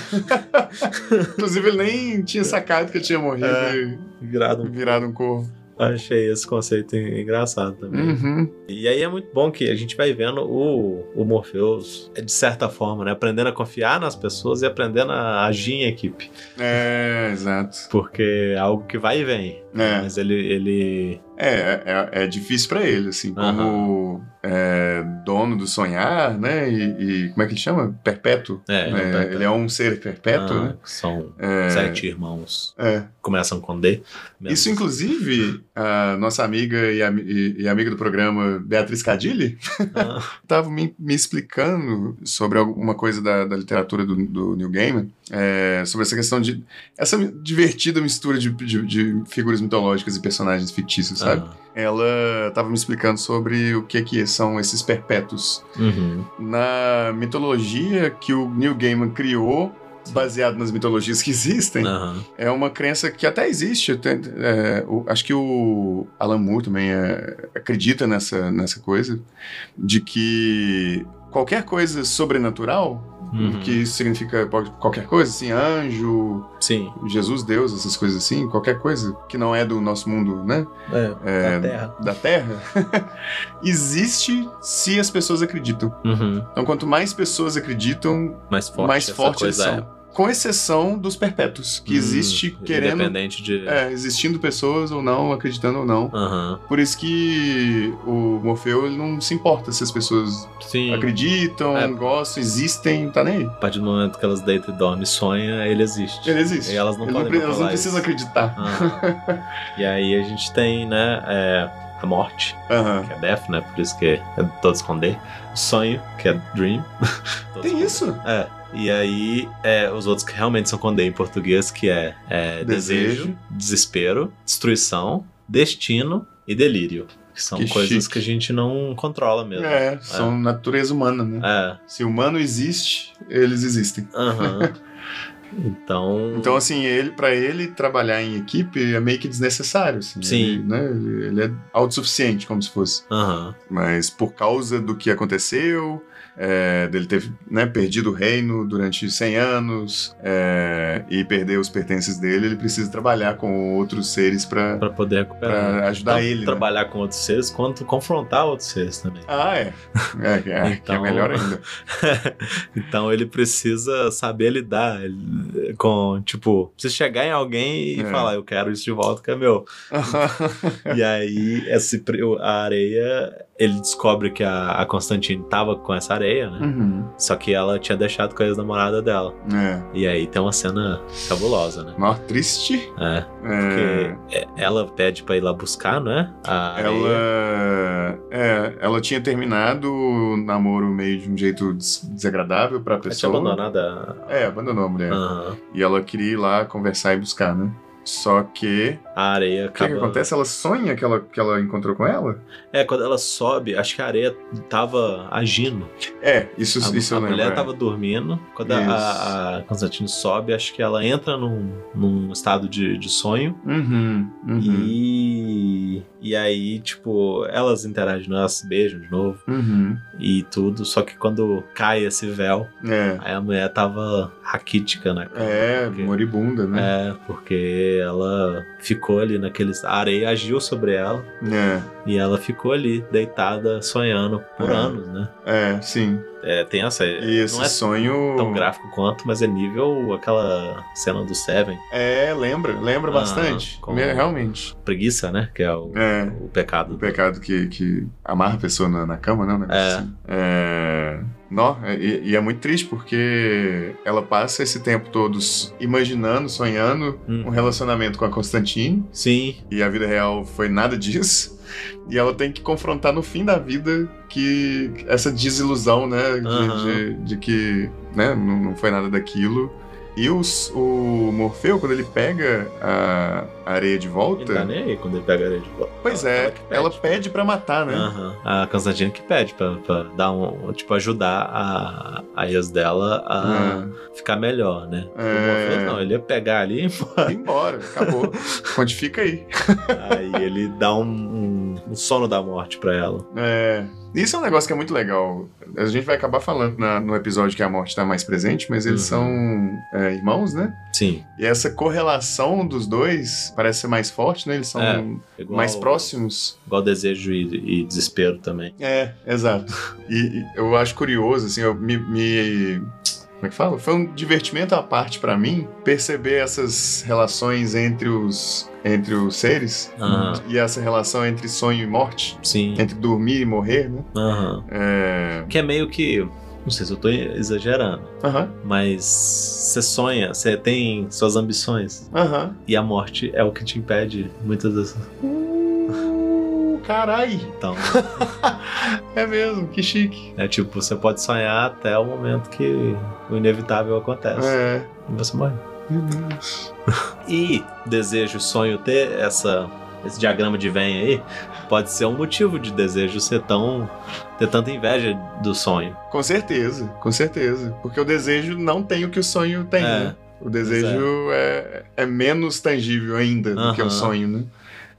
[SPEAKER 2] Inclusive, ele nem tinha sacado que eu tinha morrido
[SPEAKER 1] É.
[SPEAKER 2] e
[SPEAKER 1] Virado.
[SPEAKER 2] virado um corvo.
[SPEAKER 1] Achei esse conceito engraçado também.
[SPEAKER 2] Uhum.
[SPEAKER 1] E aí é muito bom que a gente vai vendo o, o Morpheus, é de certa forma, né? Aprendendo a confiar nas pessoas e aprendendo a agir em equipe.
[SPEAKER 2] É, exato.
[SPEAKER 1] Porque é algo que vai e vem.
[SPEAKER 2] É,
[SPEAKER 1] Mas ele, ele.
[SPEAKER 2] é, é, é difícil pra ele, assim, como é, dono do sonhar, né? E, e como é que ele chama? Perpétuo.
[SPEAKER 1] É, Ah,
[SPEAKER 2] né? Ele é um ser perpétuo, né?
[SPEAKER 1] São
[SPEAKER 2] É,
[SPEAKER 1] sete irmãos.
[SPEAKER 2] é.
[SPEAKER 1] Começam com D. mesmo.
[SPEAKER 2] Isso, inclusive, a nossa amiga e, ami- e- e amiga do programa, Beatriz Cadilli,
[SPEAKER 1] Ah.
[SPEAKER 2] estava me, me explicando sobre alguma coisa da, da literatura do, do New Gaiman, é, sobre essa questão de. essa divertida mistura de, de- de figuras mitológicas e personagens fictícios, [laughs] sabe?
[SPEAKER 1] Ah.
[SPEAKER 2] Ela estava me explicando sobre o que, que são esses perpétuos.
[SPEAKER 1] Uhum.
[SPEAKER 2] Na mitologia que o New Gaiman criou, baseado nas mitologias que existem,
[SPEAKER 1] Aham.
[SPEAKER 2] é uma crença que até existe. tem- é, o- acho que o Alan Moore também é, acredita nessa, nessa coisa, de que qualquer coisa sobrenatural,
[SPEAKER 1] Uhum.
[SPEAKER 2] que significa po- qualquer coisa, assim, anjo,
[SPEAKER 1] Sim.
[SPEAKER 2] Jesus, Deus, essas coisas assim, qualquer coisa que não é do nosso mundo, né,
[SPEAKER 1] É, da terra.
[SPEAKER 2] da Terra, [laughs] existe se as pessoas acreditam.
[SPEAKER 1] Uhum.
[SPEAKER 2] Então, quanto mais pessoas acreditam,
[SPEAKER 1] Mais forte
[SPEAKER 2] mais
[SPEAKER 1] essa
[SPEAKER 2] fortes eles
[SPEAKER 1] coisa é.
[SPEAKER 2] são. Com exceção dos perpétuos, que
[SPEAKER 1] Hum,
[SPEAKER 2] existe querendo
[SPEAKER 1] Independente de.
[SPEAKER 2] É, existindo pessoas ou não, acreditando ou não.
[SPEAKER 1] Aham.
[SPEAKER 2] Por isso que o Morfeu ele não se importa se as pessoas
[SPEAKER 1] Sim.
[SPEAKER 2] acreditam,
[SPEAKER 1] É.
[SPEAKER 2] gostam, existem, tá nem aí.
[SPEAKER 1] A partir do momento que elas deitam e dormem e sonham, ele existe.
[SPEAKER 2] Ele existe.
[SPEAKER 1] E elas não
[SPEAKER 2] Ele
[SPEAKER 1] podem
[SPEAKER 2] pre-
[SPEAKER 1] controlar
[SPEAKER 2] elas não precisam
[SPEAKER 1] isso. Ah.
[SPEAKER 2] acreditar.
[SPEAKER 1] Aham. e aí a gente tem, né? é, a morte,
[SPEAKER 2] [laughs] Aham.
[SPEAKER 1] que é death, né? Por isso que é todo esconder. O sonho, que é dream. [laughs] Todo
[SPEAKER 2] Tem
[SPEAKER 1] esconder.
[SPEAKER 2] isso.
[SPEAKER 1] É. E aí, é, os outros que realmente são com D em português, que é, é
[SPEAKER 2] Desejo.
[SPEAKER 1] desejo. desespero, destruição, destino e delírio. Que são
[SPEAKER 2] Que
[SPEAKER 1] coisas
[SPEAKER 2] chique.
[SPEAKER 1] que a gente não controla mesmo.
[SPEAKER 2] É, são natureza humana, né?
[SPEAKER 1] É,
[SPEAKER 2] [laughs] Se o humano existe, eles existem.
[SPEAKER 1] aham. Então.
[SPEAKER 2] Então, assim, ele para ele trabalhar em equipe é meio que desnecessário. Assim,
[SPEAKER 1] Sim.
[SPEAKER 2] Ele, né, ele- ele é autossuficiente, como se fosse.
[SPEAKER 1] Aham.
[SPEAKER 2] Mas por causa do que aconteceu, é, dele ter né, perdido o reino durante 100 anos é, e perder os pertences dele, ele precisa trabalhar com outros seres para
[SPEAKER 1] Pra poder recuperar.
[SPEAKER 2] ajudar
[SPEAKER 1] Tanto
[SPEAKER 2] ele. né?
[SPEAKER 1] Trabalhar com outros seres, quanto confrontar outros seres também.
[SPEAKER 2] Ah, é. É, é, que é
[SPEAKER 1] Então-
[SPEAKER 2] melhor ainda.
[SPEAKER 1] [laughs] então ele precisa saber lidar ele- com, tipo, precisa chegar em alguém e
[SPEAKER 2] É.
[SPEAKER 1] falar, eu quero isso de volta que é meu. E [laughs] aí, esse, pri- a areia, ele descobre que a, a Constantine tava com essa areia, né?
[SPEAKER 2] Uhum.
[SPEAKER 1] Só que ela tinha deixado com a ex-namorada dela.
[SPEAKER 2] É.
[SPEAKER 1] E aí tem uma cena cabulosa, né?
[SPEAKER 2] Nó triste.
[SPEAKER 1] É,
[SPEAKER 2] É,
[SPEAKER 1] porque é- ela pede pra ir lá buscar, não é? A areia.
[SPEAKER 2] ela, é, ela tinha terminado o namoro meio de um jeito des- desagradável pra
[SPEAKER 1] Ela tinha
[SPEAKER 2] pessoa.
[SPEAKER 1] abandonado Ah. a...
[SPEAKER 2] É, abandonou a mulher.
[SPEAKER 1] Aham.
[SPEAKER 2] E ela queria ir lá conversar e buscar, né? Só que.
[SPEAKER 1] A areia
[SPEAKER 2] O que,
[SPEAKER 1] acaba...
[SPEAKER 2] que acontece? Ela sonha que ela, que ela encontrou com ela?
[SPEAKER 1] É, quando ela sobe, acho que a areia tava agindo.
[SPEAKER 2] É, isso,
[SPEAKER 1] A,
[SPEAKER 2] isso eu
[SPEAKER 1] a
[SPEAKER 2] lembro.
[SPEAKER 1] mulher
[SPEAKER 2] é.
[SPEAKER 1] tava dormindo. Quando
[SPEAKER 2] Isso.
[SPEAKER 1] a, a Constantine sobe, acho que ela entra num, num estado de, de sonho.
[SPEAKER 2] Uhum, uhum,
[SPEAKER 1] E, e aí, tipo, elas interagem, elas se beijam de novo
[SPEAKER 2] uhum.
[SPEAKER 1] e tudo. Só que quando cai esse véu,
[SPEAKER 2] É,
[SPEAKER 1] aí a mulher tava raquítica na cama.
[SPEAKER 2] é
[SPEAKER 1] porque,
[SPEAKER 2] moribunda, né?
[SPEAKER 1] é, porque ela ficou ali naqueles. A areia agiu sobre ela
[SPEAKER 2] É,
[SPEAKER 1] e ela ficou ali, deitada, sonhando por
[SPEAKER 2] É.
[SPEAKER 1] anos, né?
[SPEAKER 2] é, sim.
[SPEAKER 1] É, tem essa.
[SPEAKER 2] E esse
[SPEAKER 1] não é
[SPEAKER 2] sonho.
[SPEAKER 1] tão gráfico quanto, mas é nível aquela cena do Seven,
[SPEAKER 2] É, lembra, lembra
[SPEAKER 1] Ah,
[SPEAKER 2] bastante.
[SPEAKER 1] como-
[SPEAKER 2] Me- Realmente.
[SPEAKER 1] preguiça, né? Que é o,
[SPEAKER 2] É.
[SPEAKER 1] o pecado.
[SPEAKER 2] O pecado que, que amarra a pessoa na, na cama, né? Um negócio
[SPEAKER 1] É.
[SPEAKER 2] assim. É. Nó, e, e é muito triste porque ela passa esse tempo todo s- imaginando, sonhando
[SPEAKER 1] Hum.
[SPEAKER 2] um relacionamento com a Constantine
[SPEAKER 1] Sim,
[SPEAKER 2] e a vida real foi nada disso. E ela tem que confrontar no fim da vida que essa desilusão, né? De,
[SPEAKER 1] Aham.
[SPEAKER 2] de- de que né, não, não foi nada daquilo. E os- o Morfeu, quando ele pega a a areia de volta,
[SPEAKER 1] ele tá nem aí quando ele pega a areia de volta.
[SPEAKER 2] pois é, ela,
[SPEAKER 1] que tipo.
[SPEAKER 2] pede pra matar, né?
[SPEAKER 1] Aham. A Constantine que pede pra, pra dar um. Tipo, ajudar a, a ex dela a ficar melhor, né? O
[SPEAKER 2] Ah. É.
[SPEAKER 1] Morpheus não, ele ia pegar
[SPEAKER 2] [laughs]
[SPEAKER 1] ali,
[SPEAKER 2] É, e embora, acabou.
[SPEAKER 1] [laughs]
[SPEAKER 2] Onde fica aí?
[SPEAKER 1] aí ele dá um, um- um sono da morte pra ela.
[SPEAKER 2] É, Isso é um negócio que é muito legal. A gente vai acabar falando na- no episódio que a morte tá mais presente, mas
[SPEAKER 1] Uhum.
[SPEAKER 2] eles são é, irmãos, né?
[SPEAKER 1] Sim.
[SPEAKER 2] E essa correlação dos dois parece ser mais forte, né? Eles são
[SPEAKER 1] É, Igual-
[SPEAKER 2] mais próximos.
[SPEAKER 1] Igual desejo e, e desespero também.
[SPEAKER 2] É, exato. E, e eu acho curioso, assim, eu me. me- Como é que fala? Foi um divertimento à parte pra mim perceber essas relações entre os, entre os seres
[SPEAKER 1] Aham.
[SPEAKER 2] e essa relação entre sonho e morte,
[SPEAKER 1] Sim.
[SPEAKER 2] entre dormir e morrer, né?
[SPEAKER 1] Aham.
[SPEAKER 2] É.
[SPEAKER 1] Que é meio que. Não sei se eu tô exagerando,
[SPEAKER 2] Aham,
[SPEAKER 1] mas você sonha, você tem suas ambições.
[SPEAKER 2] aham.
[SPEAKER 1] E a morte é o que te impede muitas vezes.
[SPEAKER 2] Uh, Carai!
[SPEAKER 1] Então,
[SPEAKER 2] É mesmo, que chique.
[SPEAKER 1] é tipo, você pode sonhar até o momento que o inevitável acontece.
[SPEAKER 2] É.
[SPEAKER 1] E você morre.
[SPEAKER 2] Meu Deus.
[SPEAKER 1] E desejo, sonho ter essa. Esse diagrama de Venn aí pode ser um motivo de desejo ser tão. ter tanta inveja do sonho.
[SPEAKER 2] Com certeza, com certeza. Porque o desejo não tem o que o sonho tem,
[SPEAKER 1] É.
[SPEAKER 2] né? O desejo é. É, menos tangível ainda do que o
[SPEAKER 1] Aham.
[SPEAKER 2] sonho, né?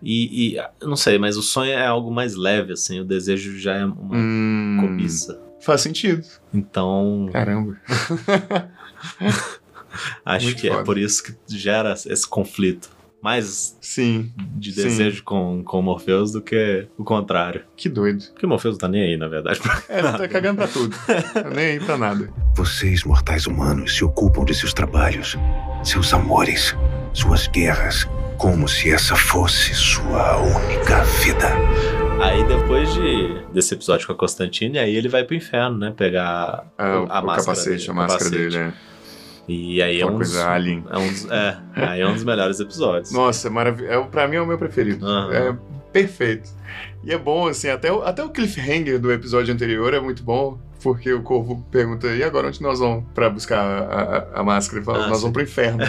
[SPEAKER 1] E, e, ah, não sei, mas o sonho é algo mais leve, assim. O desejo já é uma
[SPEAKER 2] Hum,
[SPEAKER 1] cobiça.
[SPEAKER 2] Faz sentido.
[SPEAKER 1] Então,
[SPEAKER 2] Caramba.
[SPEAKER 1] Acho
[SPEAKER 2] Muito
[SPEAKER 1] que
[SPEAKER 2] foda.
[SPEAKER 1] é por isso que gera esse conflito. Mais
[SPEAKER 2] Sim,
[SPEAKER 1] de
[SPEAKER 2] Sim.
[SPEAKER 1] desejo com, com o Morpheus do que o contrário.
[SPEAKER 2] que doido.
[SPEAKER 1] Porque o Morpheus não tá nem aí, na verdade. [laughs]
[SPEAKER 2] É, ele tá cagando pra tudo. Tá nem aí pra nada.
[SPEAKER 3] Vocês, mortais humanos, se ocupam de seus trabalhos, seus amores, suas guerras, como se essa fosse sua única vida.
[SPEAKER 1] aí depois de, desse episódio com a Constantine, aí ele vai pro inferno, né? Pegar.
[SPEAKER 2] Ah, o,
[SPEAKER 1] A
[SPEAKER 2] o
[SPEAKER 1] máscara
[SPEAKER 2] capacete,
[SPEAKER 1] dele,
[SPEAKER 2] a
[SPEAKER 1] o
[SPEAKER 2] máscara
[SPEAKER 1] capacete.
[SPEAKER 2] dele, é.
[SPEAKER 1] E aí é
[SPEAKER 2] Aquela
[SPEAKER 1] um, dos,
[SPEAKER 2] coisa
[SPEAKER 1] é,
[SPEAKER 2] alien.
[SPEAKER 1] um dos, é, aí é um dos melhores episódios.
[SPEAKER 2] Nossa, maravilhoso. É, pra mim é o meu preferido.
[SPEAKER 1] Aham.
[SPEAKER 2] É perfeito. E é bom, assim, até o, até o cliffhanger do episódio anterior é muito bom, porque o Corvo pergunta, e agora onde nós vamos pra buscar a, a- a máscara? Ele fala,
[SPEAKER 1] Ah,
[SPEAKER 2] nós
[SPEAKER 1] sim.
[SPEAKER 2] vamos
[SPEAKER 1] [laughs]
[SPEAKER 2] pro inferno.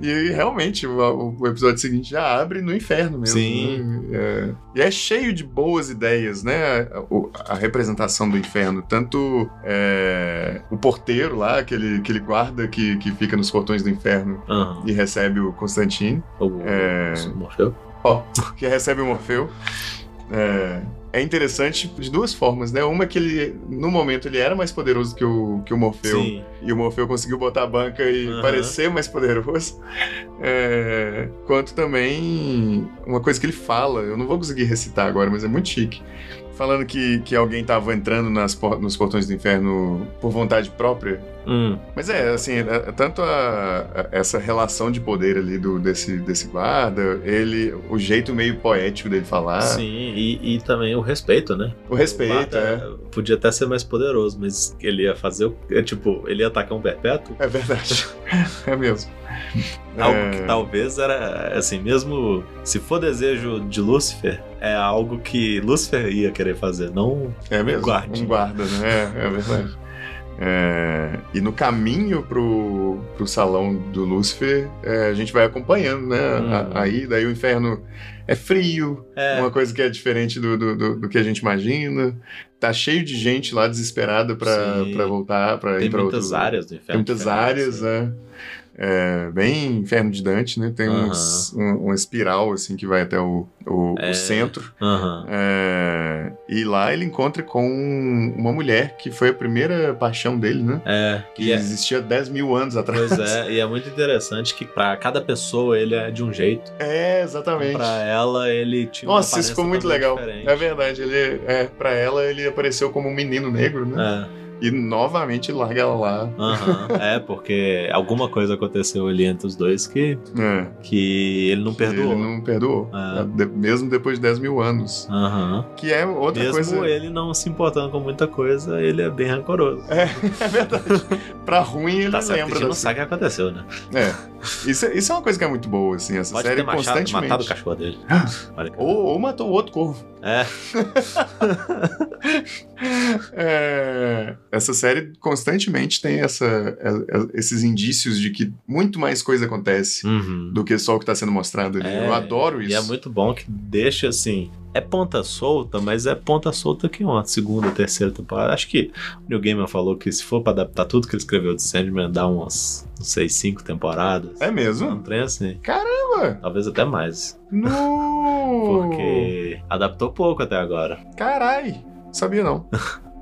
[SPEAKER 2] e aí, realmente, o, o episódio seguinte já abre no inferno mesmo.
[SPEAKER 1] Sim.
[SPEAKER 2] né? É, e é cheio de boas ideias, né? A, o- a representação do inferno. Tanto é, o porteiro lá, aquele, aquele guarda que, que fica nos portões do inferno
[SPEAKER 1] Aham.
[SPEAKER 2] e recebe o Constantine
[SPEAKER 1] O-
[SPEAKER 2] É.
[SPEAKER 1] o Morfeu?
[SPEAKER 2] que recebe o Morfeu. É, é interessante de duas formas, né? Uma é que ele, no momento, ele era mais poderoso que o, que o Morfeu.
[SPEAKER 1] Sim.
[SPEAKER 2] E o Morfeu conseguiu botar a banca e
[SPEAKER 1] Aham.
[SPEAKER 2] parecer mais poderoso. É, quanto também uma coisa que ele fala, eu não vou conseguir recitar agora, mas é muito chique. Falando que, que alguém tava entrando nas por- nos portões do inferno por vontade própria.
[SPEAKER 1] Hum.
[SPEAKER 2] Mas é, assim, é- é tanto a- a- essa relação de poder ali do, desse, desse guarda, ele, o jeito meio poético dele falar,
[SPEAKER 1] Sim, e, e também o respeito, né?
[SPEAKER 2] o Ah. respeito,
[SPEAKER 1] Bata,
[SPEAKER 2] é,
[SPEAKER 1] Podia até ser mais poderoso, mas ele ia fazer o. é, Tipo, ele ia atacar um perpétuo?
[SPEAKER 2] é verdade, [laughs] é mesmo.
[SPEAKER 1] Algo
[SPEAKER 2] É,
[SPEAKER 1] que tá talvez era assim, mesmo se for desejo de Lúcifer, é algo que Lúcifer ia querer fazer, não.
[SPEAKER 2] É mesmo,
[SPEAKER 1] guarde.
[SPEAKER 2] um guarda, né, é, é verdade. É, e no caminho pro, pro salão do Lúcifer, é, a gente vai acompanhando, né,
[SPEAKER 1] Hum.
[SPEAKER 2] a, a ida, aí o inferno é frio,
[SPEAKER 1] É,
[SPEAKER 2] Uma coisa que é diferente do, do, do, do que a gente imagina. Tá cheio de gente lá desesperada pra,
[SPEAKER 1] Sim.
[SPEAKER 2] pra voltar, pra
[SPEAKER 1] tem
[SPEAKER 2] ir pra
[SPEAKER 1] muitas
[SPEAKER 2] outro...
[SPEAKER 1] áreas do inferno.
[SPEAKER 2] Tem muitas áreas, né? É, bem inferno de Dante, né? Tem
[SPEAKER 1] Aham.
[SPEAKER 2] uns- um- uma espiral, assim, que vai até o, o, o
[SPEAKER 1] É.
[SPEAKER 2] centro.
[SPEAKER 1] Aham.
[SPEAKER 2] É, e lá ele encontra com uma mulher que foi a primeira paixão dele, né?
[SPEAKER 1] É,
[SPEAKER 2] Que
[SPEAKER 1] e é,
[SPEAKER 2] existia 10 mil anos atrás.
[SPEAKER 1] pois é, e é muito interessante que pra cada pessoa ele é de um jeito,
[SPEAKER 2] [laughs] É, exatamente.
[SPEAKER 1] pra ela ele tinha uma
[SPEAKER 2] Nossa, isso ficou muito
[SPEAKER 1] aparência
[SPEAKER 2] legal.
[SPEAKER 1] totalmente
[SPEAKER 2] É verdade, ele é, para ela ele apareceu como um menino negro, né?
[SPEAKER 1] diferente. É,
[SPEAKER 2] E novamente larga ela lá.
[SPEAKER 1] aham. é, porque alguma coisa aconteceu ali entre os dois que
[SPEAKER 2] É.
[SPEAKER 1] que ele não perdoou.
[SPEAKER 2] Ele não perdoou. É,
[SPEAKER 1] Ah.
[SPEAKER 2] De- mesmo depois de 10 mil anos.
[SPEAKER 1] Aham.
[SPEAKER 2] Que é outra
[SPEAKER 1] Mesmo
[SPEAKER 2] coisa.
[SPEAKER 1] ele não se importando com muita coisa, ele é bem rancoroso.
[SPEAKER 2] É verdade. pra ruim ele
[SPEAKER 1] Tá certo que a
[SPEAKER 2] lembra
[SPEAKER 1] gente não
[SPEAKER 2] das...
[SPEAKER 1] sabe o que aconteceu, né?
[SPEAKER 2] é. Isso, é- isso é uma coisa que é muito boa, assim. Essa
[SPEAKER 1] Pode
[SPEAKER 2] série
[SPEAKER 1] ter machado-
[SPEAKER 2] constantemente.
[SPEAKER 1] matado o cachorro dele.
[SPEAKER 2] [gasps]
[SPEAKER 1] Olha que-
[SPEAKER 2] ou, ou matou o outro corvo.
[SPEAKER 1] É,
[SPEAKER 2] [laughs] É, Essa série constantemente tem essa, é- é- esses indícios de que muito mais coisa acontece
[SPEAKER 1] uhum.
[SPEAKER 2] do que só o que tá sendo mostrado ali.
[SPEAKER 1] É,
[SPEAKER 2] Eu adoro isso.
[SPEAKER 1] E é muito bom que deixa assim. É ponta solta, mas é ponta solta que uma segunda, terceira temporada. Acho que o New Gamer falou que se for pra adaptar tudo que ele escreveu de Sandman, dá umas, não sei, cinco temporadas.
[SPEAKER 2] É
[SPEAKER 1] Um
[SPEAKER 2] mesmo?
[SPEAKER 1] trem assim.
[SPEAKER 2] Caramba!
[SPEAKER 1] Talvez até mais.
[SPEAKER 2] No...
[SPEAKER 1] Porque adaptou pouco até agora.
[SPEAKER 2] Carai,
[SPEAKER 1] [laughs]
[SPEAKER 2] sabia não.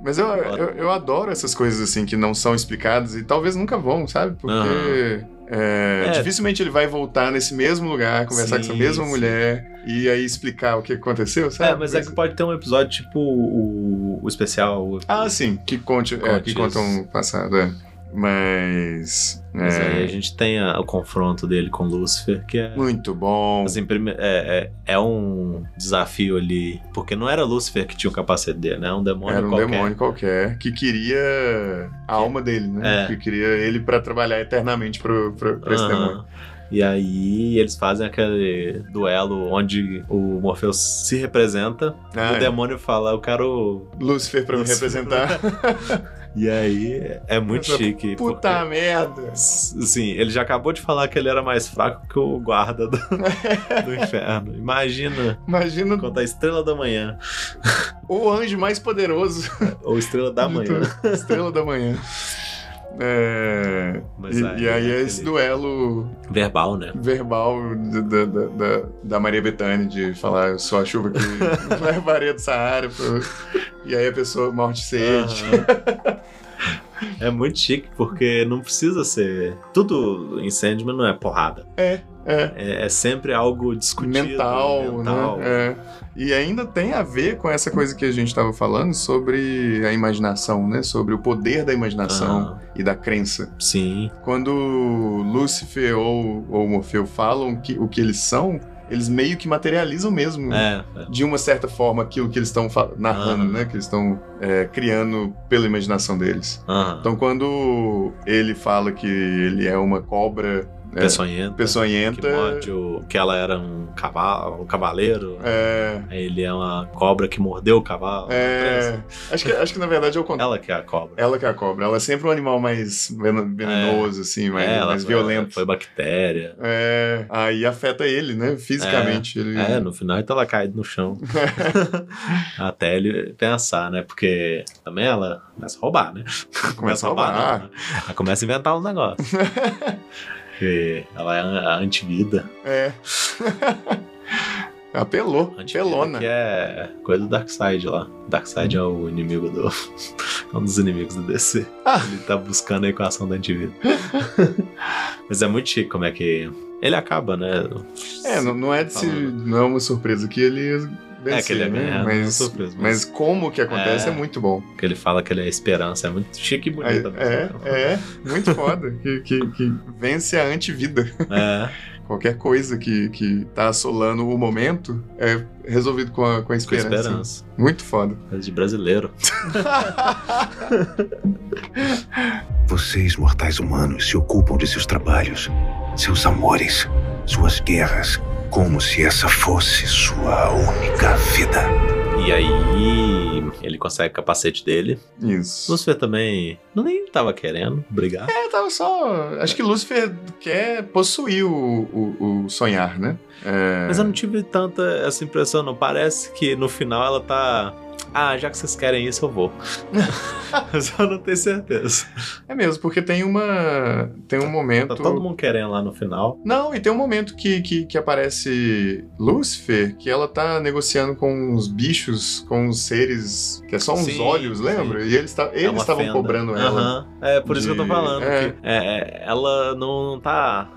[SPEAKER 2] Mas eu, eu, eu adoro essas coisas assim que não são explicadas e talvez nunca vão, sabe? Porque é,
[SPEAKER 1] É.
[SPEAKER 2] dificilmente ele vai voltar nesse mesmo lugar, conversar com essa
[SPEAKER 1] Sim,
[SPEAKER 2] mesma
[SPEAKER 1] sim.
[SPEAKER 2] mulher e aí explicar o que aconteceu, sabe?
[SPEAKER 1] É, mas é que pode ter um episódio tipo o, o especial. o-
[SPEAKER 2] Ah, sim, que conte, é,
[SPEAKER 1] Conte
[SPEAKER 2] que
[SPEAKER 1] isso.
[SPEAKER 2] contam o passado, é. Mas.
[SPEAKER 1] Mas
[SPEAKER 2] é,
[SPEAKER 1] aí a gente tem a- o confronto dele com Lúcifer, que é.
[SPEAKER 2] Muito bom.
[SPEAKER 1] Assim, prime- é, é, é um desafio ali. Porque não era Lúcifer que tinha o capacete dele, né? É um demônio
[SPEAKER 2] Era um
[SPEAKER 1] qualquer.
[SPEAKER 2] demônio qualquer que queria a alma dele, né?
[SPEAKER 1] É.
[SPEAKER 2] Que queria ele pra trabalhar eternamente pro, pro, pra esse
[SPEAKER 1] Aham.
[SPEAKER 2] demônio.
[SPEAKER 1] E aí eles fazem aquele duelo onde o Morfeu se representa
[SPEAKER 2] Ah,
[SPEAKER 1] e o
[SPEAKER 2] é.
[SPEAKER 1] demônio fala, eu quero.
[SPEAKER 2] Lúcifer pra me
[SPEAKER 1] Lúcifer. [laughs]
[SPEAKER 2] representar.
[SPEAKER 1] E aí é muito
[SPEAKER 2] Essa
[SPEAKER 1] chique.
[SPEAKER 2] Puta merda!
[SPEAKER 1] porque, Sim, ele já acabou de falar que ele era mais fraco que o guarda do, [laughs] do inferno. Imagina
[SPEAKER 2] Imagina
[SPEAKER 1] quanto a estrela da manhã.
[SPEAKER 2] o anjo mais poderoso
[SPEAKER 1] Ou estrela da
[SPEAKER 2] de [laughs]
[SPEAKER 1] manhã.
[SPEAKER 2] tudo. Estrela da manhã. É,
[SPEAKER 1] Mas
[SPEAKER 2] e, e aí é esse
[SPEAKER 1] aquele
[SPEAKER 2] duelo
[SPEAKER 1] Verbal, né?
[SPEAKER 2] verbal de- da, da- da- da Maria Bethânia de falar eu sou a chuva que
[SPEAKER 1] [laughs]
[SPEAKER 2] levaria do Saara pro... e aí a pessoa morre de sede.
[SPEAKER 1] Aham. [laughs] É muito chique, porque não precisa ser. Tudo em Sandman não é porrada.
[SPEAKER 2] É.
[SPEAKER 1] É, é sempre algo discutido.
[SPEAKER 2] mental,
[SPEAKER 1] mental.
[SPEAKER 2] né? É. E ainda tem a ver com essa coisa que a gente estava falando sobre a imaginação, né? Sobre o poder da imaginação
[SPEAKER 1] Aham.
[SPEAKER 2] e da crença.
[SPEAKER 1] Sim.
[SPEAKER 2] Quando Lúcifer ou, ou Morfeu falam que, o que eles são, eles meio que materializam mesmo.
[SPEAKER 1] É.
[SPEAKER 2] De uma certa forma, aquilo que eles estão fa- narrando,
[SPEAKER 1] Aham.
[SPEAKER 2] né? Que eles estão é, criando pela imaginação deles.
[SPEAKER 1] aham.
[SPEAKER 2] Então, quando ele fala que ele é uma cobra É.
[SPEAKER 1] Peçonhenta.
[SPEAKER 2] Peçonhenta. é
[SPEAKER 1] Que morde o- que ela era um cavalo, um cavaleiro.
[SPEAKER 2] É.
[SPEAKER 1] Aí Ele é uma cobra que mordeu o cavalo.
[SPEAKER 2] É. Acho que, acho que na verdade é
[SPEAKER 1] [laughs]
[SPEAKER 2] o contrário.
[SPEAKER 1] Ela que é a cobra.
[SPEAKER 2] Ela que é a cobra. Ela é sempre um animal mais veno- venenoso, assim, mais,
[SPEAKER 1] É, ela
[SPEAKER 2] mais
[SPEAKER 1] foi-
[SPEAKER 2] violento.
[SPEAKER 1] Foi bactéria.
[SPEAKER 2] É, aí afeta ele, né? Fisicamente. ele...
[SPEAKER 1] É, no final então ela cai no
[SPEAKER 2] [laughs]
[SPEAKER 1] chão. Até ele pensar, né? Porque também ela começa a roubar, né?
[SPEAKER 2] Começa a roubar.
[SPEAKER 1] não, né? Ela começa a inventar uns negócios.
[SPEAKER 2] [laughs]
[SPEAKER 1] E ela é a antivida.
[SPEAKER 2] É. [laughs] Apelou.
[SPEAKER 1] Antivida
[SPEAKER 2] Pelona.
[SPEAKER 1] Que é coisa do Darkseid lá. Darkseid é o inimigo do. [laughs] É um dos inimigos do DC.
[SPEAKER 2] Ah.
[SPEAKER 1] Ele tá buscando a equação da
[SPEAKER 2] [laughs]
[SPEAKER 1] antivida. Mas é muito chique como é que. Ele acaba, né?
[SPEAKER 2] É, não, não é de se,
[SPEAKER 1] Falando.
[SPEAKER 2] não é uma surpresa que ele ia vencer,
[SPEAKER 1] É que ele é
[SPEAKER 2] né?
[SPEAKER 1] ganhado,
[SPEAKER 2] mas,
[SPEAKER 1] surpresa,
[SPEAKER 2] mas como que acontece é,
[SPEAKER 1] É.
[SPEAKER 2] muito bom.
[SPEAKER 1] que ele fala que ele é a esperança. É muito chique e
[SPEAKER 2] É,
[SPEAKER 1] bonito. né?
[SPEAKER 2] é, é, muito foda. Que, que, que vence a antivida.
[SPEAKER 1] É.
[SPEAKER 2] Qualquer coisa que, que tá assolando o momento é resolvido com a, com a
[SPEAKER 1] Com
[SPEAKER 2] esperança.
[SPEAKER 1] esperança.
[SPEAKER 2] Muito foda.
[SPEAKER 1] Coisa de brasileiro.
[SPEAKER 3] Vocês, mortais humanos, se ocupam de seus trabalhos, seus amores, suas guerras, como se essa fosse sua única vida.
[SPEAKER 1] E aí ele consegue o capacete dele.
[SPEAKER 2] Isso.
[SPEAKER 1] Lucifer também não nem tava querendo brigar.
[SPEAKER 2] É, tava só. Acho que Lúcifer quer possuir o, o, o sonhar, né? É,
[SPEAKER 1] Mas eu não tive tanta essa impressão, não. Parece que no final ela tá. Ah, já que vocês querem isso, eu
[SPEAKER 2] [laughs]
[SPEAKER 1] vou. Mas eu não tenho certeza.
[SPEAKER 2] é mesmo, porque tem uma. Tem um momento.
[SPEAKER 1] Tá todo mundo querendo lá no final.
[SPEAKER 2] Não, e tem um momento que, que, que aparece Lúcifer, que ela tá negociando com uns bichos, com uns seres, que é só uns
[SPEAKER 1] Sim,
[SPEAKER 2] olhos, lembra? E eles ta-
[SPEAKER 1] É
[SPEAKER 2] eles
[SPEAKER 1] uma
[SPEAKER 2] estavam
[SPEAKER 1] fenda.
[SPEAKER 2] cobrando ela.
[SPEAKER 1] Aham. É, por isso que eu tô
[SPEAKER 2] de-
[SPEAKER 1] falando.
[SPEAKER 2] é.
[SPEAKER 1] que, é, é, ela não tá.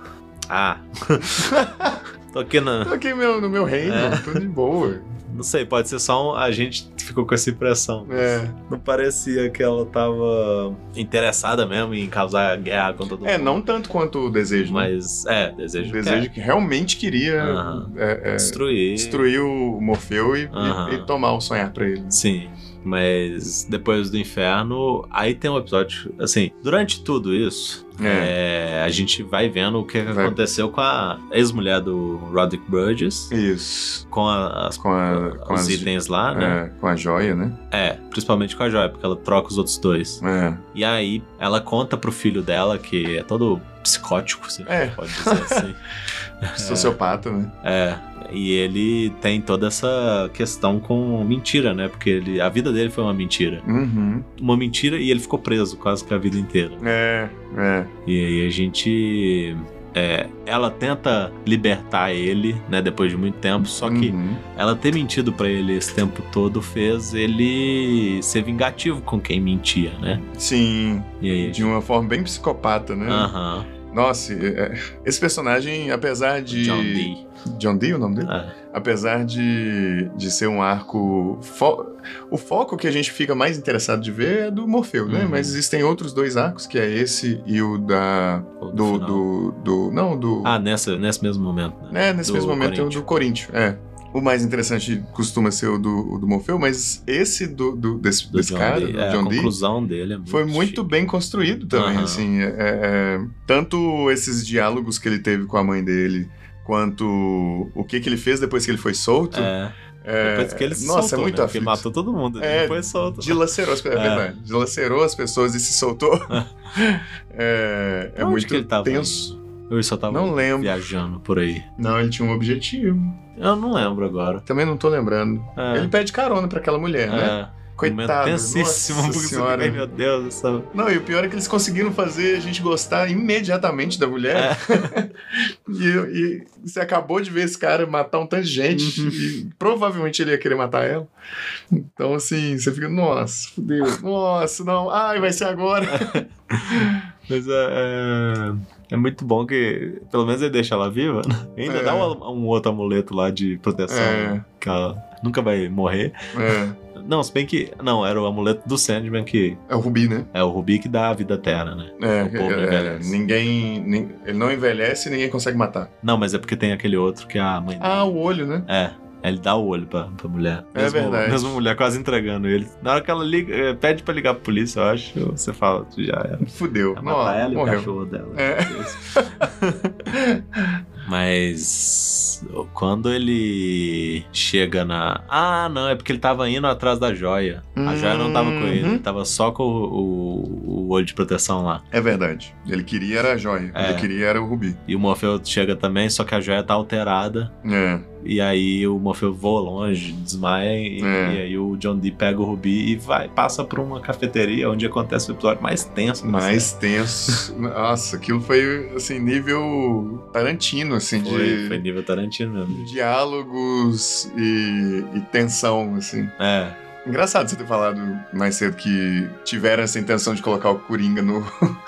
[SPEAKER 1] Ah. [laughs] tô aqui na.
[SPEAKER 2] Tô aqui meu, no meu reino,
[SPEAKER 1] É.
[SPEAKER 2] tudo de boa.
[SPEAKER 1] Não sei, pode ser só um. A gente ficou com essa impressão.
[SPEAKER 2] É.
[SPEAKER 1] Não parecia que ela tava interessada mesmo em causar guerra com todo mundo.
[SPEAKER 2] é, não tanto quanto o desejo, né?
[SPEAKER 1] Mas, é, desejo.
[SPEAKER 2] O desejo que realmente queria
[SPEAKER 1] Aham.
[SPEAKER 2] é, é,
[SPEAKER 1] quer destruir.
[SPEAKER 2] destruir o Morfeu e, e-
[SPEAKER 1] Aham.
[SPEAKER 2] e tomar o sonhar pra ele.
[SPEAKER 1] Sim. Mas depois do inferno, aí tem um episódio. Assim, durante tudo isso, é, a gente vai vendo o que
[SPEAKER 2] Vai.
[SPEAKER 1] aconteceu com a ex-mulher do Roderick Burgess,
[SPEAKER 2] É, Isso.
[SPEAKER 1] com a- as,
[SPEAKER 2] Com, a, com,
[SPEAKER 1] os
[SPEAKER 2] as-
[SPEAKER 1] itens lá, né?
[SPEAKER 2] é, com a joia, né?
[SPEAKER 1] É, principalmente com a joia, porque ela troca os outros dois.
[SPEAKER 2] É.
[SPEAKER 1] E aí ela conta pro filho dela, que é todo psicótico, se a gente
[SPEAKER 2] É.
[SPEAKER 1] pode dizer
[SPEAKER 2] [laughs]
[SPEAKER 1] assim.
[SPEAKER 2] Sociopata, né?
[SPEAKER 1] É. E ele tem toda essa questão com mentira, né? Porque ele, a vida dele foi uma mentira.
[SPEAKER 2] Uhum.
[SPEAKER 1] Uma mentira e ele ficou preso quase que a vida inteira.
[SPEAKER 2] É, é.
[SPEAKER 1] E aí a gente. é, ela tenta libertar ele, né? Depois de muito tempo. Só que
[SPEAKER 2] Uhum.
[SPEAKER 1] ela ter mentido pra ele esse tempo todo fez ele ser vingativo com quem mentia, né?
[SPEAKER 2] Sim,
[SPEAKER 1] E aí. a
[SPEAKER 2] de uma forma bem psicopata, né?
[SPEAKER 1] Aham.
[SPEAKER 2] Nossa, é- é- esse personagem, apesar de.
[SPEAKER 1] John Dee.
[SPEAKER 2] John Dee é o nome dele?
[SPEAKER 1] É.
[SPEAKER 2] Apesar de, de ser um arco. fo- O foco que a gente fica mais interessado de ver é do Morfeu, né?
[SPEAKER 1] Uhum.
[SPEAKER 2] Mas existem outros dois arcos, que é esse e o da.
[SPEAKER 1] Ou
[SPEAKER 2] Do.
[SPEAKER 1] final.
[SPEAKER 2] do, do- não, do.
[SPEAKER 1] Ah, nessa, nesse mesmo momento.
[SPEAKER 2] Tipo,
[SPEAKER 1] né?
[SPEAKER 2] É, nesse
[SPEAKER 1] do
[SPEAKER 2] mesmo momento é o do Corinthians. É. O mais interessante costuma ser o do, o do Morfeu, mas esse do, do- desse,
[SPEAKER 1] Do
[SPEAKER 2] desse
[SPEAKER 1] John
[SPEAKER 2] cara,
[SPEAKER 1] Dee.
[SPEAKER 2] do
[SPEAKER 1] É, a
[SPEAKER 2] John Dee,
[SPEAKER 1] conclusão dele é muito
[SPEAKER 2] Foi muito bem construído também,
[SPEAKER 1] Aham.
[SPEAKER 2] assim. é- é- é, tanto esses diálogos que ele teve com a mãe dele, quanto o que, que ele fez depois que ele foi solto.
[SPEAKER 1] chique. É.
[SPEAKER 2] é,
[SPEAKER 1] Depois que ele se
[SPEAKER 2] nossa,
[SPEAKER 1] soltou,
[SPEAKER 2] é muito
[SPEAKER 1] né? Porque
[SPEAKER 2] aflito.
[SPEAKER 1] matou todo mundo,
[SPEAKER 2] É,
[SPEAKER 1] ele foi solto.
[SPEAKER 2] Dilacerou as, é.
[SPEAKER 1] É.
[SPEAKER 2] verdade, dilacerou as pessoas e se
[SPEAKER 1] [laughs]
[SPEAKER 2] soltou. é é
[SPEAKER 1] Onde
[SPEAKER 2] muito
[SPEAKER 1] que ele tava
[SPEAKER 2] tenso.
[SPEAKER 1] Eu só tava
[SPEAKER 2] Não lembro.
[SPEAKER 1] viajando por aí.
[SPEAKER 2] Não, ele tinha um objetivo.
[SPEAKER 1] Eu não lembro agora.
[SPEAKER 2] Também não tô lembrando.
[SPEAKER 1] É,
[SPEAKER 2] Ele pede carona pra aquela mulher, né?
[SPEAKER 1] é. Momento
[SPEAKER 2] Coitado.
[SPEAKER 1] tensíssimo,
[SPEAKER 2] Nossa
[SPEAKER 1] porque você
[SPEAKER 2] senhora.
[SPEAKER 1] fica, "Ai, meu Deus, essa...
[SPEAKER 2] Não, e o pior é que eles conseguiram fazer a gente gostar imediatamente da mulher.
[SPEAKER 1] É.
[SPEAKER 2] [laughs] e, e você acabou de ver esse cara matar um tanto de
[SPEAKER 1] Uhum.
[SPEAKER 2] gente. E provavelmente ele ia querer matar ela. Então, assim, você fica, nossa, fudeu. Nossa, não. Ai, vai ser
[SPEAKER 1] [laughs]
[SPEAKER 2] agora.
[SPEAKER 1] Mas é, é- é muito bom que, pelo menos ele deixa ela viva, né? Ainda
[SPEAKER 2] É.
[SPEAKER 1] dá um, um outro amuleto lá de proteção,
[SPEAKER 2] É.
[SPEAKER 1] que ela nunca vai morrer.
[SPEAKER 2] É,
[SPEAKER 1] Não, se bem que... Não, era o amuleto do Sandman que...
[SPEAKER 2] é o Rubi, né?
[SPEAKER 1] É o rubi que dá a vida eterna, né?
[SPEAKER 2] É,
[SPEAKER 1] O povo
[SPEAKER 2] é,
[SPEAKER 1] envelhece.
[SPEAKER 2] ninguém. nin- ele não envelhece e ninguém consegue matar.
[SPEAKER 1] Não, mas é porque tem aquele outro que é a mãe
[SPEAKER 2] Ah, o olho, né?
[SPEAKER 1] É. Ele dá o olho pra, pra mulher.
[SPEAKER 2] É verdade.
[SPEAKER 1] Mesmo a mulher quase entregando ele. Na hora que ela liga, eh, pede pra ligar pra polícia, eu acho, você fala, tu já era.
[SPEAKER 2] Fudeu.
[SPEAKER 1] Vai
[SPEAKER 2] Não, É.
[SPEAKER 1] matar ela e o
[SPEAKER 2] morreu.
[SPEAKER 1] cachorro dela.
[SPEAKER 2] É.
[SPEAKER 1] Mas quando ele chega na. Ah, não, é porque ele tava indo atrás da joia. A joia não tava com ele,
[SPEAKER 2] Uhum.
[SPEAKER 1] ele tava só com o, o- o olho de proteção lá.
[SPEAKER 2] É verdade. Ele queria era a joia.
[SPEAKER 1] É.
[SPEAKER 2] Ele queria era o rubi.
[SPEAKER 1] E o Morfeu chega também, só que a joia tá alterada.
[SPEAKER 2] É.
[SPEAKER 1] E aí o Morfeu voa longe, desmaia, e,
[SPEAKER 2] É.
[SPEAKER 1] e aí o John Dee pega o Rubi e vai, passa pra uma cafeteria onde acontece o episódio mais tenso. da série.
[SPEAKER 2] Mais tenso. Nossa, aquilo foi, assim, nível Tarantino, assim,
[SPEAKER 1] Foi,
[SPEAKER 2] de
[SPEAKER 1] foi nível Tarantino mesmo.
[SPEAKER 2] diálogos e, e tensão, assim.
[SPEAKER 1] É.
[SPEAKER 2] Engraçado você ter falado mais cedo que tiveram essa intenção de colocar o Coringa no,